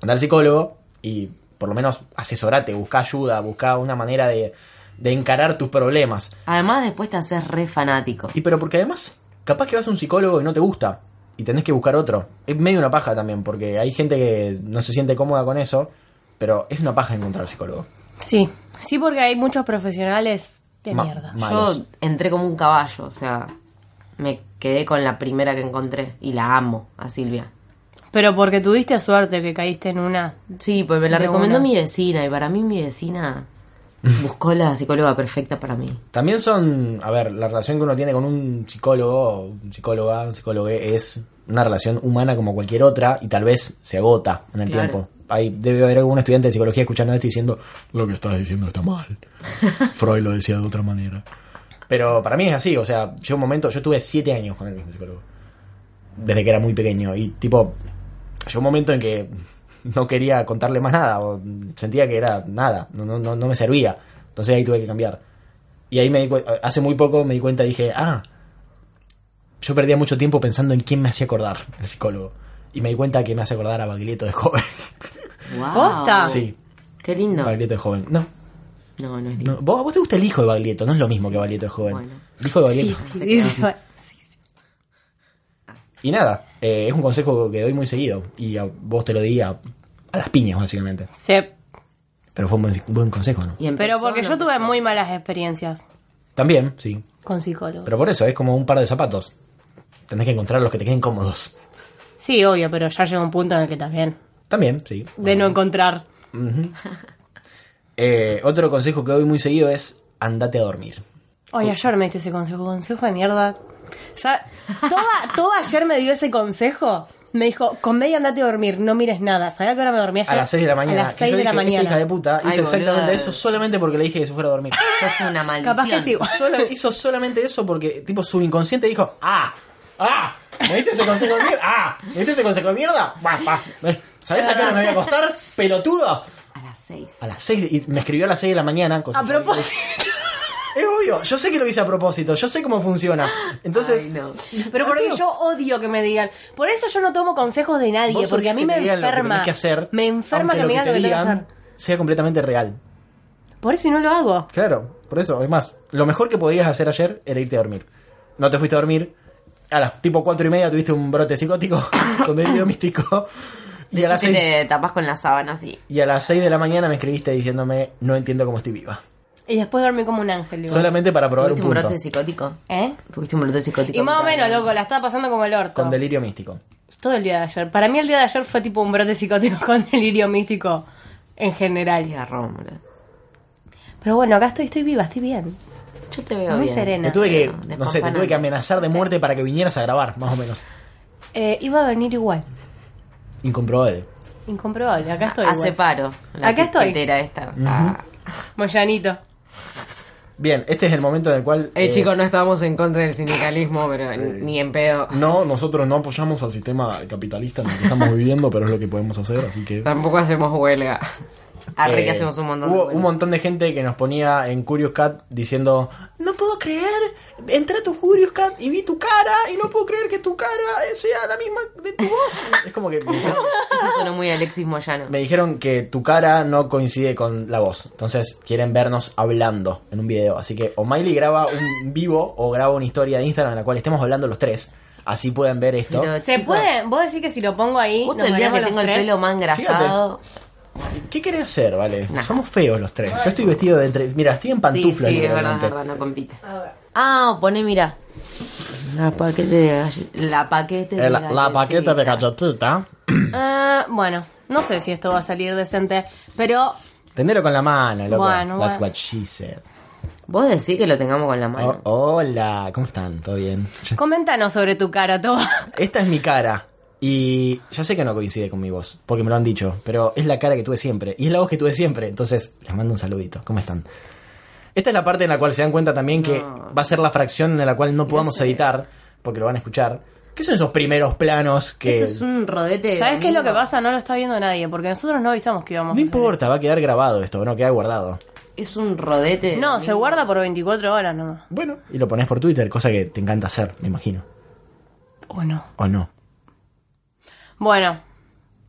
Speaker 2: anda al psicólogo y por lo menos asesorate, busca ayuda, busca una manera de, de encarar tus problemas.
Speaker 1: Además, después te haces re fanático.
Speaker 2: Y pero porque además, capaz que vas a un psicólogo y no te gusta y tenés que buscar otro. Es medio una paja también, porque hay gente que no se siente cómoda con eso, pero es una paja encontrar psicólogo.
Speaker 3: Sí, sí, porque hay muchos profesionales de
Speaker 2: Ma-
Speaker 3: mierda.
Speaker 2: malos.
Speaker 1: Yo entré como un caballo, o sea, me quedé con la primera que encontré y la amo a Silvia.
Speaker 3: Pero porque tuviste suerte que caíste en una.
Speaker 1: Sí, pues me la
Speaker 3: De
Speaker 1: recomendó
Speaker 3: una.
Speaker 1: mi vecina y para mí mi vecina buscó la psicóloga perfecta para mí.
Speaker 2: También son, a ver, la relación que uno tiene con un psicólogo, un psicóloga, un psicólogo es una relación humana como cualquier otra y tal vez se agota en el
Speaker 1: Claro.
Speaker 2: tiempo. Hay, debe haber algún estudiante de psicología escuchando esto y diciendo,
Speaker 4: Lo que estás diciendo está mal. Freud lo decía de otra manera.
Speaker 2: Pero para mí es así, o sea, llegó un momento, yo tuve siete años con el mismo psicólogo. Desde que era muy pequeño. Y tipo, llegó un momento en que no quería contarle más nada, o sentía que era nada, no, no, no, no me servía. Entonces ahí tuve que cambiar. Y ahí me di cu- hace muy poco me di cuenta y dije, ah, yo perdía mucho tiempo pensando en quién me hacía acordar el psicólogo. Y me di cuenta que me hace acordar a Baglietto de joven.
Speaker 1: Wow.
Speaker 3: Posta.
Speaker 2: sí,
Speaker 1: Qué lindo.
Speaker 2: Baglietto de joven. No,
Speaker 1: No, no es
Speaker 2: no,
Speaker 1: lindo.
Speaker 2: ¿Vos, a vos te gusta el hijo de Baglietto, no es lo mismo que Baglietto de joven.
Speaker 1: Bueno.
Speaker 2: El hijo de Baglietto.
Speaker 3: Sí, sí,
Speaker 2: Y nada, eh, es un consejo que doy muy seguido. Y a vos te lo di a, a las piñas, básicamente.
Speaker 3: sí.
Speaker 2: Pero fue un buen, un buen consejo, ¿no?
Speaker 1: Y empezó,
Speaker 3: Pero porque
Speaker 1: no
Speaker 3: yo tuve
Speaker 1: empezó.
Speaker 3: muy malas experiencias
Speaker 2: También, sí.
Speaker 3: con psicólogos.
Speaker 2: Pero por eso, es como un par de zapatos. Tenés que encontrar los que te queden cómodos.
Speaker 3: Sí, obvio, pero ya llega un punto en el que también.
Speaker 2: También, sí.
Speaker 3: De no encontrar.
Speaker 2: Eh, otro consejo que doy muy seguido es andate a dormir.
Speaker 3: Oye, ayer me diste ese consejo, consejo de mierda. O sea, toda, toda ayer me dio ese consejo. Me dijo, con media andate a dormir, no mires nada. ¿Sabía que hora me dormía ayer?
Speaker 2: A las 6 de la mañana.
Speaker 3: A las
Speaker 2: que
Speaker 3: 6
Speaker 2: yo
Speaker 3: de la
Speaker 2: dije, "Esta
Speaker 3: mañana.
Speaker 2: hija de puta hizo
Speaker 1: Ay, boluda.
Speaker 2: exactamente eso solamente porque le dije que se fuera a dormir.
Speaker 1: Esto es una maldición.
Speaker 3: Capaz que sí.
Speaker 2: Solo- hizo solamente eso porque, tipo, su inconsciente dijo, ah, ah, ¿me diste ese consejo de mierda? Ah, ¿me diste ese consejo de mierda? Bah, bah. ¿Sabés a qué hora me voy a acostar? Pelotudo.
Speaker 1: A las seis.
Speaker 2: A las 6, y me escribió a las 6 de la mañana. cosa
Speaker 3: A
Speaker 2: que-
Speaker 3: propósito.
Speaker 2: Es obvio, yo sé que lo hice a propósito, yo sé cómo funciona. Entonces,
Speaker 1: Ay, no.
Speaker 3: Pero porque yo odio que me digan. Por eso yo no tomo consejos de nadie,
Speaker 2: vos
Speaker 3: porque a
Speaker 2: odias
Speaker 3: mí
Speaker 2: que
Speaker 3: me
Speaker 2: te digan lo que
Speaker 3: enferma.
Speaker 2: tenés que hacer,
Speaker 3: me enferma
Speaker 2: aunque
Speaker 3: que me digan lo que
Speaker 2: te
Speaker 3: tengo que
Speaker 2: digan
Speaker 3: hacer.
Speaker 2: sea completamente real.
Speaker 3: Por eso no lo hago.
Speaker 2: Claro, por eso. Es más, lo mejor que podías hacer ayer era irte a dormir. No te fuiste a dormir. A las tipo cuatro y media tuviste un brote psicótico con delirio místico. Y a, las
Speaker 1: Decís que
Speaker 2: seis,
Speaker 1: te tapas con la sábana así.
Speaker 2: y a las seis de la mañana me escribiste diciéndome, no entiendo cómo estoy viva.
Speaker 3: Y después dormí como un ángel. igual.
Speaker 2: Solamente para probar un
Speaker 1: ¿Tuviste un,
Speaker 2: punto.
Speaker 1: brote psicótico?
Speaker 3: ¿Eh?
Speaker 1: ¿Tuviste un brote psicótico?
Speaker 3: Y más o
Speaker 1: Micaela?
Speaker 3: menos, loco, la estaba pasando como el orto.
Speaker 2: Con delirio místico.
Speaker 3: Todo el día de ayer. Para mí el día de ayer fue tipo un brote psicótico con delirio místico en
Speaker 1: Qué
Speaker 3: general.
Speaker 1: garrón, boludo.
Speaker 3: Pero bueno, acá estoy, estoy viva, estoy bien.
Speaker 1: Yo te veo
Speaker 3: Muy
Speaker 1: bien.
Speaker 3: serena.
Speaker 2: Te tuve que,
Speaker 1: No,
Speaker 2: no sé, te
Speaker 1: despampanante.
Speaker 2: tuve que amenazar de muerte para que vinieras a grabar, más o menos.
Speaker 3: Eh, iba a venir igual.
Speaker 2: Incomprobable.
Speaker 3: Incomprobable, acá estoy.
Speaker 1: Hace
Speaker 3: igual.
Speaker 1: paro. La
Speaker 3: Acá estoy.
Speaker 1: piquetera esta. Ah.
Speaker 3: Moyanito.
Speaker 2: Bien, este es el momento en el cual...
Speaker 1: Eh,
Speaker 2: eh,
Speaker 1: chicos, no estábamos en contra del sindicalismo, pero n- ni en pedo.
Speaker 4: No, nosotros no apoyamos al sistema capitalista en el que estamos viviendo, pero es lo que podemos hacer, así que...
Speaker 1: Tampoco hacemos huelga. Arre Ah, que
Speaker 2: Eh,
Speaker 1: hacemos un montón
Speaker 2: hubo
Speaker 1: de
Speaker 2: un montón de gente que nos ponía en Curious Cat diciendo no puedo creer entré a tu Curious Cat y vi tu cara y no puedo creer que tu cara eh, sea la misma de tu voz es como que me dijeron,
Speaker 1: Eso suena muy Alexis Moyano.
Speaker 2: me dijeron que tu cara no coincide con la voz entonces quieren vernos hablando en un video así que o Miley graba un vivo o graba una historia de Instagram en la cual estemos hablando los tres así pueden ver esto
Speaker 1: Pero,
Speaker 3: ¿Se
Speaker 1: chicos,
Speaker 3: puede? ¿Vos decís que si lo pongo ahí,
Speaker 1: Justo
Speaker 3: nos
Speaker 1: el día que
Speaker 3: veremos
Speaker 1: tengo
Speaker 3: los
Speaker 1: el
Speaker 3: tres?
Speaker 1: pelo más engrasado.
Speaker 2: ¿qué querés hacer? vale
Speaker 1: Nada.
Speaker 2: somos feos los tres yo estoy vestido de entre mira estoy en
Speaker 1: Sí,
Speaker 2: pantufla
Speaker 1: sí,
Speaker 2: aquí
Speaker 1: es verdad, es
Speaker 2: adelante.
Speaker 1: verdad, no compite. Ah, pone, mira. La paquete de gallet- La paquete de
Speaker 2: Eh, la, la
Speaker 1: galletita.
Speaker 2: paqueta de galletita
Speaker 3: Ah, bueno, no sé si esto va a salir decente, pero
Speaker 2: Tendelo con la mano, loco.
Speaker 3: Bueno,
Speaker 2: That's
Speaker 3: bueno.
Speaker 2: what she said.
Speaker 1: Vos decís que lo tengamos con la mano.
Speaker 2: Oh, hola, ¿cómo están? ¿Todo bien?
Speaker 3: coméntanos sobre tu cara, Toba.
Speaker 2: Esta es mi cara. Y ya sé que no coincide con mi voz, porque me lo han dicho, pero es la cara que tuve siempre. Y es la voz que tuve siempre. Entonces, les mando un saludito. ¿Cómo están? Esta es la parte en la cual se dan cuenta también que
Speaker 1: No.
Speaker 2: va a ser la fracción en la cual no podamos
Speaker 1: sé.
Speaker 2: editar, porque lo van a escuchar. ¿Qué son esos primeros planos que...
Speaker 1: Esto es un rodete. de
Speaker 3: ¿Sabes qué es lo que
Speaker 1: domingo.
Speaker 3: pasa? No lo está viendo nadie, porque nosotros no avisamos que íbamos.
Speaker 2: No importa, va a quedar grabado esto, no queda guardado.
Speaker 1: Es un rodete. de
Speaker 3: No, se
Speaker 1: domingo.
Speaker 3: guarda por 24 horas nomás.
Speaker 2: Bueno, y lo pones por Twitter, cosa que te encanta hacer, me imagino.
Speaker 3: ¿O no?
Speaker 2: ¿O no?
Speaker 3: Bueno,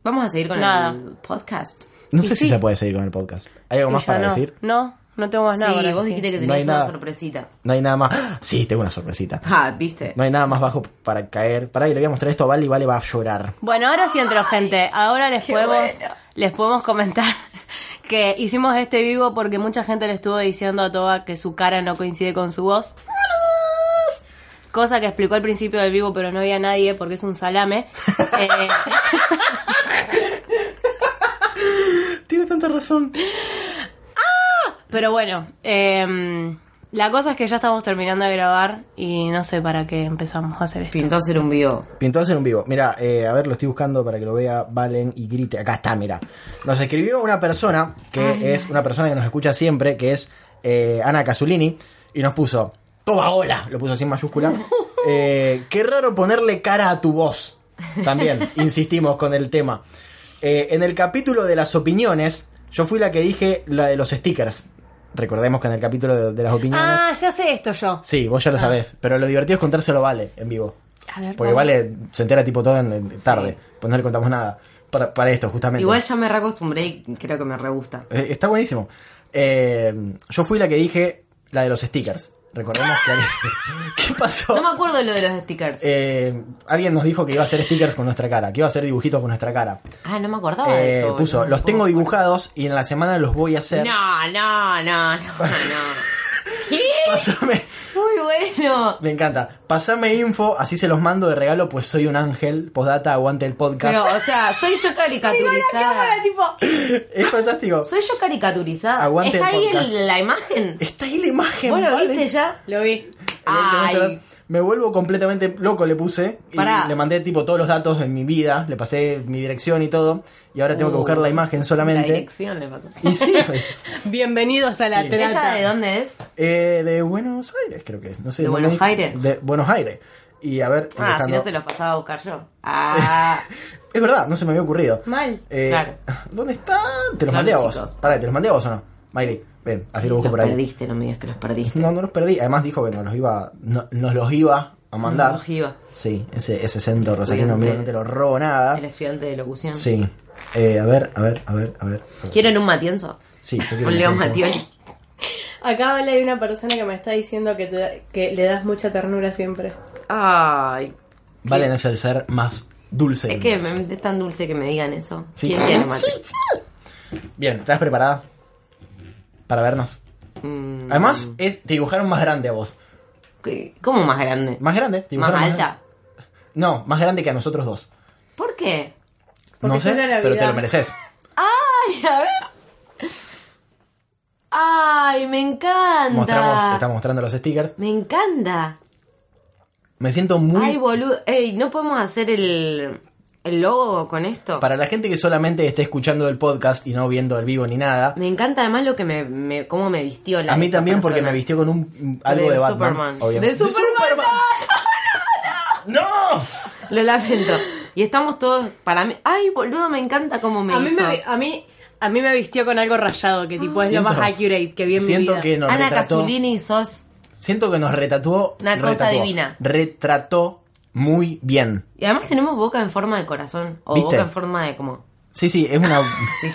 Speaker 1: Vamos a seguir con
Speaker 3: Nada.
Speaker 1: el podcast.
Speaker 2: No
Speaker 3: Y
Speaker 2: sé si
Speaker 3: sí.
Speaker 2: se puede seguir con el podcast. ¿Hay algo
Speaker 3: y
Speaker 2: más
Speaker 3: ya
Speaker 2: para
Speaker 3: no.
Speaker 2: decir?
Speaker 3: No, no tengo más nada.
Speaker 1: sí,
Speaker 3: para
Speaker 1: vos
Speaker 3: decir.
Speaker 1: dijiste que
Speaker 2: No
Speaker 1: tenías
Speaker 2: hay
Speaker 1: una
Speaker 2: nada.
Speaker 1: sorpresita.
Speaker 2: No hay nada más. ¡Ah! Sí, tengo una sorpresita.
Speaker 1: Ah, viste.
Speaker 2: No hay nada más bajo para caer. Pará, y le voy a mostrar esto a Vale y Vale va a llorar.
Speaker 3: Bueno, ahora sí entró gente. Ahora les
Speaker 1: qué
Speaker 3: podemos,
Speaker 1: bueno.
Speaker 3: les podemos comentar que hicimos este vivo porque mucha gente le estuvo diciendo a Toba que su cara no coincide con su voz. Cosa que explicó al principio del vivo, pero no había nadie porque es un salame. Eh,
Speaker 2: Tiene tanta razón.
Speaker 3: pero bueno, eh, la cosa es que ya estamos terminando de grabar y no sé para qué empezamos a hacer esto.
Speaker 1: Pintó hacer un vivo.
Speaker 2: Pintó hacer un vivo. Mira, eh, a ver, lo estoy buscando para que lo vea Valen y grite. Acá está, mira. Nos escribió una persona que es una persona que nos escucha siempre, que es eh, Ana Casulini, y nos puso: Tobagola, lo puso así en mayúscula. Eh, qué raro ponerle cara a tu voz. También, insistimos con el tema. Eh, en el capítulo de las opiniones, yo fui la que dije la de los stickers. Recordemos que en el capítulo de, de las opiniones.
Speaker 3: Ah, ya sé esto yo.
Speaker 2: Sí, vos
Speaker 1: Ah.
Speaker 2: ya lo sabés, pero lo divertido es contárselo a Vale en vivo.
Speaker 3: A ver,
Speaker 2: Porque
Speaker 3: vamos.
Speaker 2: Vale se entera tipo todo en, en- tarde, pues no le contamos nada. Para, para esto, justamente.
Speaker 1: Igual ya me reacostumbré y creo que me re gusta.
Speaker 2: Eh, está buenísimo. Eh, yo fui la que dije la de los stickers. Recordemos que. ¿Qué pasó?
Speaker 1: No me acuerdo lo de los stickers.
Speaker 2: Eh, alguien nos dijo que iba a hacer stickers con nuestra cara, que iba a hacer dibujitos con nuestra cara.
Speaker 1: ah, no me acordaba
Speaker 2: Eh,
Speaker 1: de eso.
Speaker 2: puso,
Speaker 1: boludo.
Speaker 2: los tengo dibujados y en la semana los voy a hacer.
Speaker 1: No, no, no, no, no. ¿Qué?
Speaker 2: Pásame,
Speaker 1: Muy bueno.
Speaker 2: me encanta. Pasame info, así se los mando de regalo, pues soy un ángel. Postdata, aguante el podcast.
Speaker 1: Pero, o sea, soy yo
Speaker 3: Miró la cámara,
Speaker 1: caricaturizada.
Speaker 3: tipo.
Speaker 2: Es fantástico.
Speaker 1: Soy yo caricaturizada.
Speaker 2: Aguante
Speaker 1: ¿Está
Speaker 2: el
Speaker 1: ahí
Speaker 2: podcast.
Speaker 1: en la imagen?
Speaker 2: Está ahí la imagen.
Speaker 1: ¿Vos lo
Speaker 2: vale.
Speaker 1: viste ya?
Speaker 3: Lo vi.
Speaker 1: Ay,
Speaker 2: Me vuelvo completamente loco, le puse. Y
Speaker 1: Pará.
Speaker 2: le mandé tipo todos los datos de mi vida, le pasé mi dirección y todo. Y ahora tengo que buscar la
Speaker 1: Uh,
Speaker 2: imagen
Speaker 1: la
Speaker 2: solamente.
Speaker 1: dirección le pasó.
Speaker 2: Y sí, fue.
Speaker 3: Bienvenidos a la
Speaker 2: Sí.
Speaker 1: ¿Ella
Speaker 3: trata.
Speaker 1: de dónde es?
Speaker 2: Eh, de Buenos Aires, creo que es. No sé,
Speaker 1: ¿De
Speaker 2: no me
Speaker 1: Buenos
Speaker 2: di-
Speaker 1: Aires?
Speaker 2: De Buenos Aires. Y a ver,
Speaker 1: Ah, si
Speaker 2: Alejandro.
Speaker 1: no se los pasaba a buscar yo. Ah,
Speaker 2: Es verdad, no se me había ocurrido.
Speaker 3: Mal.
Speaker 2: Eh,
Speaker 1: Claro.
Speaker 2: ¿Dónde está? Te los
Speaker 1: No,
Speaker 2: mandé a
Speaker 1: no,
Speaker 2: vos.
Speaker 1: chicos.
Speaker 2: Pará, ¿te los mandé a vos o no? Miley, ven, así lo
Speaker 1: los
Speaker 2: busco por ahí.
Speaker 1: perdiste, no me digas que los perdiste.
Speaker 2: No, no los perdí. Además dijo que nos los iba, no- nos los iba a mandar.
Speaker 1: Los iba.
Speaker 2: Sí, ese, ese centro rosarino,
Speaker 1: Estudiante.
Speaker 2: amigo, no te lo robo nada.
Speaker 1: El estudiante de locución.
Speaker 2: Sí. Eh, a ver, a ver, a ver, a ver.
Speaker 1: ¿Quieren un Matienzo?
Speaker 2: Sí, yo quiero
Speaker 1: Un León
Speaker 2: Matienzo.
Speaker 1: Matioli.
Speaker 3: Acá vale, hay una persona que me está diciendo que, te- que le das mucha ternura siempre.
Speaker 1: Ay,
Speaker 2: Valen es el ser más dulce. del
Speaker 1: es que
Speaker 2: mundo.
Speaker 1: me- es tan dulce que me digan eso.
Speaker 2: Sí.
Speaker 1: ¿Quién quiere mate?
Speaker 2: Bien, ¿estás preparada? Para vernos.
Speaker 1: Mm,
Speaker 2: Además, es, te dibujaron más grande a vos.
Speaker 1: ¿qué- ¿Cómo más grande?
Speaker 2: Más grande. te
Speaker 1: ¿Más
Speaker 2: dibujaron
Speaker 1: alta?
Speaker 2: No, más grande que a nosotros dos.
Speaker 1: ¿Por qué?
Speaker 3: Porque
Speaker 2: no sé,
Speaker 3: yo era la
Speaker 2: pero te
Speaker 3: vida.
Speaker 2: lo mereces.
Speaker 1: ¡Ay, a ver! ¡Ay, me encanta!
Speaker 2: Mostramos, estamos mostrando los stickers.
Speaker 1: Me encanta.
Speaker 2: Me siento muy...
Speaker 1: Ay, boludo. Ey, ¿no podemos hacer el, el logo con esto?
Speaker 2: Para la gente que solamente esté escuchando el podcast y no viendo el vivo ni nada,
Speaker 1: Me encanta además lo que me, me- cómo me vistió la
Speaker 2: a mí
Speaker 1: esta
Speaker 2: también porque
Speaker 1: persona.
Speaker 2: me vistió con un algo
Speaker 1: De
Speaker 2: de, Batman.
Speaker 1: Superman.
Speaker 2: obviamente.
Speaker 1: ¡De Superman!
Speaker 2: ¡No!
Speaker 1: Lo lamento. Y estamos todos para mí. Ay, boludo, me encanta cómo me
Speaker 3: A mí
Speaker 1: hizo.
Speaker 3: me, vi- a, mí, a mí me vistió con algo rayado, que tipo es lo
Speaker 2: Siento-
Speaker 3: más accurate que vi en mi
Speaker 2: siento
Speaker 3: vida.
Speaker 2: que nos
Speaker 1: Ana
Speaker 2: retrató-
Speaker 1: Casulini sos.
Speaker 2: Siento que nos retatuó.
Speaker 1: Una cosa
Speaker 2: retatuó,
Speaker 1: divina.
Speaker 2: Retrató muy bien.
Speaker 1: Y además tenemos boca en forma de corazón. O
Speaker 2: ¿Viste?
Speaker 1: boca en forma de como.
Speaker 2: Sí, sí, es una.
Speaker 1: Sí.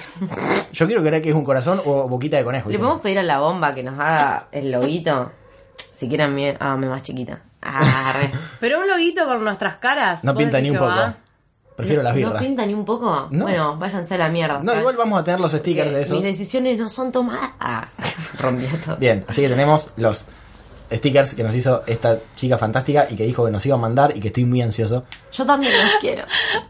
Speaker 2: Yo quiero creer que es un corazón o boquita de conejo.
Speaker 1: Le
Speaker 2: dicen.
Speaker 1: podemos pedir a la bomba que nos haga el loguito. Si quieren, mie- hágame más chiquita. Ah, re.
Speaker 3: Pero un loguito con nuestras caras.
Speaker 2: No
Speaker 3: vos
Speaker 2: pinta ni
Speaker 3: decís
Speaker 2: un
Speaker 3: que
Speaker 2: poco.
Speaker 3: va.
Speaker 2: Prefiero las
Speaker 1: ¿No
Speaker 2: birras.
Speaker 1: pinta ni un poco?
Speaker 2: No.
Speaker 1: Bueno, váyanse a la mierda.
Speaker 2: No,
Speaker 1: ¿sabes?
Speaker 2: igual vamos a tener los stickers de
Speaker 1: Porque
Speaker 2: esos.
Speaker 1: Mis decisiones no son tomadas. Ah, rompió todo.
Speaker 2: Bien, así que tenemos los stickers que nos hizo esta chica fantástica y que dijo que nos iba a mandar y que estoy muy ansioso.
Speaker 1: Yo también los quiero.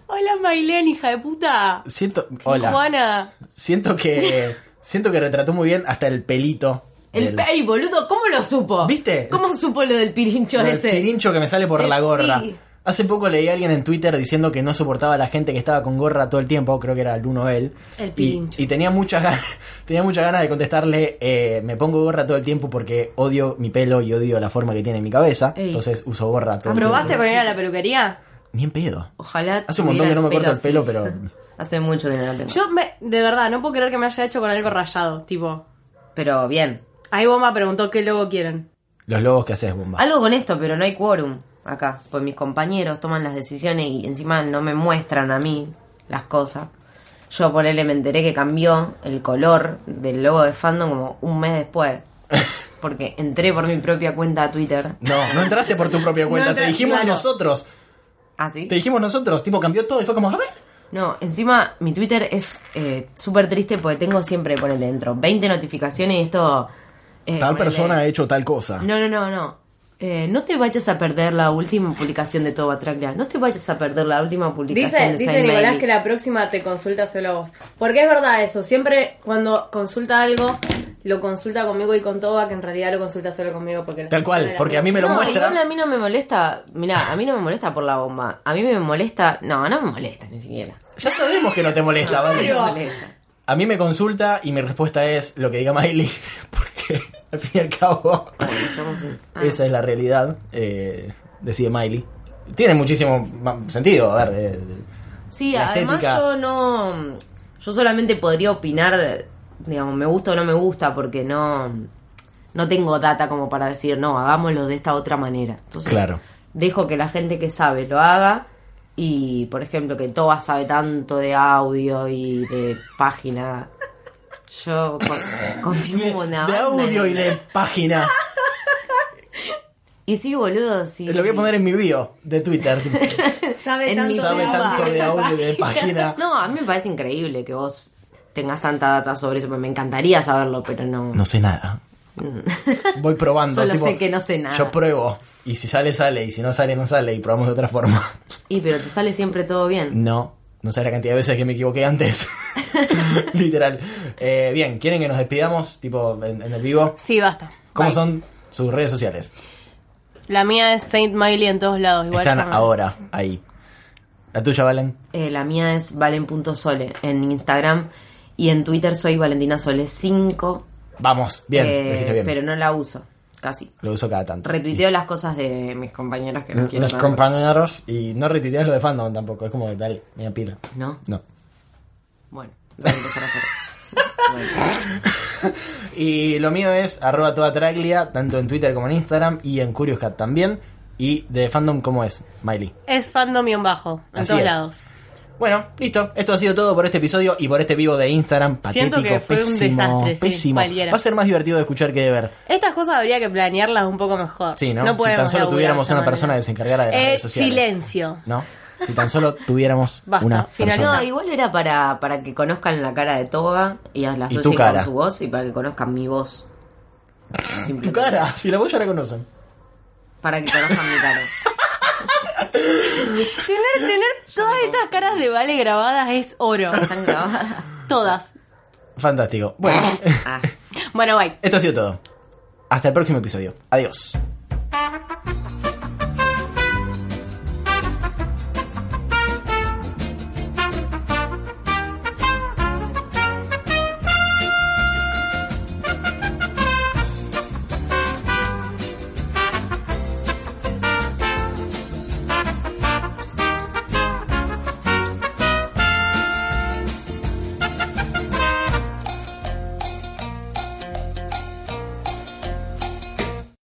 Speaker 3: Hola, Mailén, hija de puta.
Speaker 2: Siento. Hola.
Speaker 3: Juana.
Speaker 2: Siento que. Siento que retrató muy bien hasta el pelito.
Speaker 1: El
Speaker 2: del-
Speaker 1: pey, boludo, ¿cómo lo supo?
Speaker 2: ¿Viste?
Speaker 1: ¿Cómo supo lo del pirincho
Speaker 2: Lo del
Speaker 1: ese?
Speaker 2: pirincho que me sale por la
Speaker 1: Eh,
Speaker 2: gorra.
Speaker 1: sí.
Speaker 2: Hace poco leí a alguien en Twitter diciendo que no soportaba a la gente que estaba con gorra todo el tiempo, creo que era Luno él.
Speaker 3: El
Speaker 2: Y-
Speaker 3: pirincho.
Speaker 2: Y, tenía muchas ganas, tenía muchas ganas de contestarle, eh, me pongo gorra todo el tiempo porque odio mi pelo y odio la forma que tiene mi cabeza.
Speaker 1: Ey.
Speaker 2: Entonces uso gorra todo el
Speaker 3: ¿Probaste
Speaker 2: tiempo.
Speaker 3: con él a la peluquería?
Speaker 2: Ni en pedo.
Speaker 1: Ojalá.
Speaker 2: Hace un montón que no me corto
Speaker 1: tuviera
Speaker 2: el pelo,
Speaker 1: así.
Speaker 2: pero.
Speaker 1: Hace mucho que no lo tengo.
Speaker 3: Yo, me, de verdad, no puedo creer que me haya hecho con algo rayado. Tipo,
Speaker 1: Pero bien.
Speaker 3: ahí Bomba preguntó qué logo quieren.
Speaker 2: Los lobos que haces, bomba.
Speaker 1: Algo con esto, pero no hay quórum acá. Pues mis compañeros toman las decisiones y encima no me muestran a mí las cosas. Yo ponele, me enteré que cambió el color del logo de fandom como un mes después. Porque entré por mi propia cuenta a Twitter.
Speaker 2: No, no entraste por tu propia cuenta, te
Speaker 3: entraste,
Speaker 2: dijimos
Speaker 3: claro.
Speaker 2: nosotros.
Speaker 1: ¿Así?
Speaker 2: Te dijimos nosotros, tipo cambió todo y fue como, a ver.
Speaker 1: ¿Ah, No, encima mi Twitter es eh, súper triste porque tengo siempre, ponele, dentro 20 notificaciones y esto... eh,
Speaker 4: Tal
Speaker 1: ponele-
Speaker 4: persona ha hecho tal cosa.
Speaker 1: No, no, no, no. Eh, no te vayas a perder la última publicación de Todo Batraclia. No te vayas a perder la última publicación
Speaker 3: Dice,
Speaker 1: de
Speaker 3: dice
Speaker 1: Saint
Speaker 3: Nicolás
Speaker 1: Bailey.
Speaker 3: que la próxima te consulta solo a vos. Porque es verdad eso. Siempre cuando consulta algo, lo consulta conmigo y con Toba, que en realidad lo consulta solo conmigo. porque
Speaker 2: Tal cual, porque a mí me lo
Speaker 1: no,
Speaker 2: muestra.
Speaker 1: igual a mí no me molesta. Mirá, a mí no me molesta por la bomba. A mí me molesta. No, no me molesta ni siquiera.
Speaker 2: Ya sabemos que no te molesta, ¿vale?
Speaker 1: No me molesta.
Speaker 2: A mí me consulta y mi respuesta es lo que diga Miley, porque al fin y al cabo.
Speaker 1: Bueno, estamos en- ah,
Speaker 2: Esa es la realidad, eh, decide Miley. Tiene muchísimo ma- sentido, a ver. eh,
Speaker 1: Sí,
Speaker 2: La
Speaker 1: además
Speaker 2: estética.
Speaker 1: yo no. Yo solamente podría opinar, digamos, me gusta o no me gusta, porque no. No tengo data como para decir, no, hagámoslo de esta otra manera. Entonces,
Speaker 2: Claro.
Speaker 1: dejo que la gente que sabe lo haga. Y, por ejemplo, que Toa sabe tanto de audio y de página. Yo con- confío en
Speaker 2: de
Speaker 1: una banda
Speaker 2: audio y de página.
Speaker 1: Y sí, boludo, sí.
Speaker 2: Lo voy a poner en mi bio de Twitter.
Speaker 3: Sabe
Speaker 1: En
Speaker 3: tanto
Speaker 1: mi-
Speaker 3: de
Speaker 2: Sabe
Speaker 3: agua.
Speaker 2: tanto de audio y de página.
Speaker 1: No, a mí me parece increíble que vos tengas tanta data sobre eso, pero me encantaría saberlo, pero no.
Speaker 2: No sé nada. Voy probando.
Speaker 1: Solo
Speaker 2: tipo,
Speaker 1: sé que no sé nada.
Speaker 2: Yo pruebo. Y si sale, sale. Y si no sale, no sale. Y probamos de otra forma.
Speaker 1: Y pero te sale siempre todo bien.
Speaker 2: No. No sé la cantidad de veces que me equivoqué antes. Literal. Eh, bien, ¿quieren que nos despidamos? Tipo, en, en el vivo.
Speaker 3: Sí, basta.
Speaker 2: ¿Cómo
Speaker 3: Bye.
Speaker 2: son sus redes sociales?
Speaker 3: La mía es Saint Miley en todos lados. Igual
Speaker 2: Están
Speaker 3: yo no-
Speaker 2: ahora ahí. ¿La tuya, Valen?
Speaker 1: Eh, la mía es valen.sole en Instagram y en Twitter soy Valentina Sole 5,
Speaker 2: Vamos, bien, lo dijiste
Speaker 1: Eh,
Speaker 2: bien.
Speaker 1: pero no la uso, casi.
Speaker 2: Lo uso cada tanto.
Speaker 1: Retuiteo las cosas de mis compañeros que no
Speaker 2: Los
Speaker 1: quiero tanto.
Speaker 2: compañeros y no retuiteas lo de fandom tampoco, es como que dale, me pila.
Speaker 1: ¿No?
Speaker 2: No.
Speaker 1: Bueno, voy a empezar a hacer. Bueno.
Speaker 2: Y lo mío es arroba toda traglia, tanto en Twitter como en Instagram y en Curious Cat también. Y de fandom, ¿cómo es? Miley.
Speaker 3: Es fandom guión bajo. En
Speaker 2: Así
Speaker 3: todos
Speaker 2: es.
Speaker 3: lados.
Speaker 2: Bueno, listo. Esto ha sido todo por este episodio y por este vivo de Instagram. Patético,
Speaker 3: Siento que fue un
Speaker 2: pésimo,
Speaker 3: desastre, sí,
Speaker 2: pésimo.
Speaker 3: cualquiera.
Speaker 2: Va a ser más divertido de escuchar que de ver.
Speaker 3: Estas cosas habría que planearlas un poco mejor.
Speaker 2: Sí, ¿no? Si
Speaker 3: podemos
Speaker 2: tan solo
Speaker 3: laburar
Speaker 2: tuviéramos
Speaker 3: de esta
Speaker 2: una
Speaker 3: manera.
Speaker 2: persona que se encargara de las
Speaker 3: Eh,
Speaker 2: redes sociales.
Speaker 3: Silencio.
Speaker 2: ¿No? Si tan solo tuviéramos
Speaker 3: Basta,
Speaker 2: una
Speaker 3: finalizamos.
Speaker 2: persona.
Speaker 1: No, igual era para, para que conozcan la cara de Toga y a la
Speaker 2: Y tu
Speaker 1: asocien
Speaker 2: cara.
Speaker 1: con su voz y para que conozcan mi voz.
Speaker 2: Tu
Speaker 1: Simplemente.
Speaker 2: cara, si la voy ya la conocen.
Speaker 1: Para que conozcan mi cara.
Speaker 3: Tener, tener todas estas caras de Vale grabadas es oro.
Speaker 1: Están grabadas.
Speaker 3: Todas.
Speaker 2: Fantástico. Bueno,
Speaker 1: Ah.
Speaker 3: Bueno, bye.
Speaker 2: esto ha sido todo. Hasta el próximo episodio. Adiós.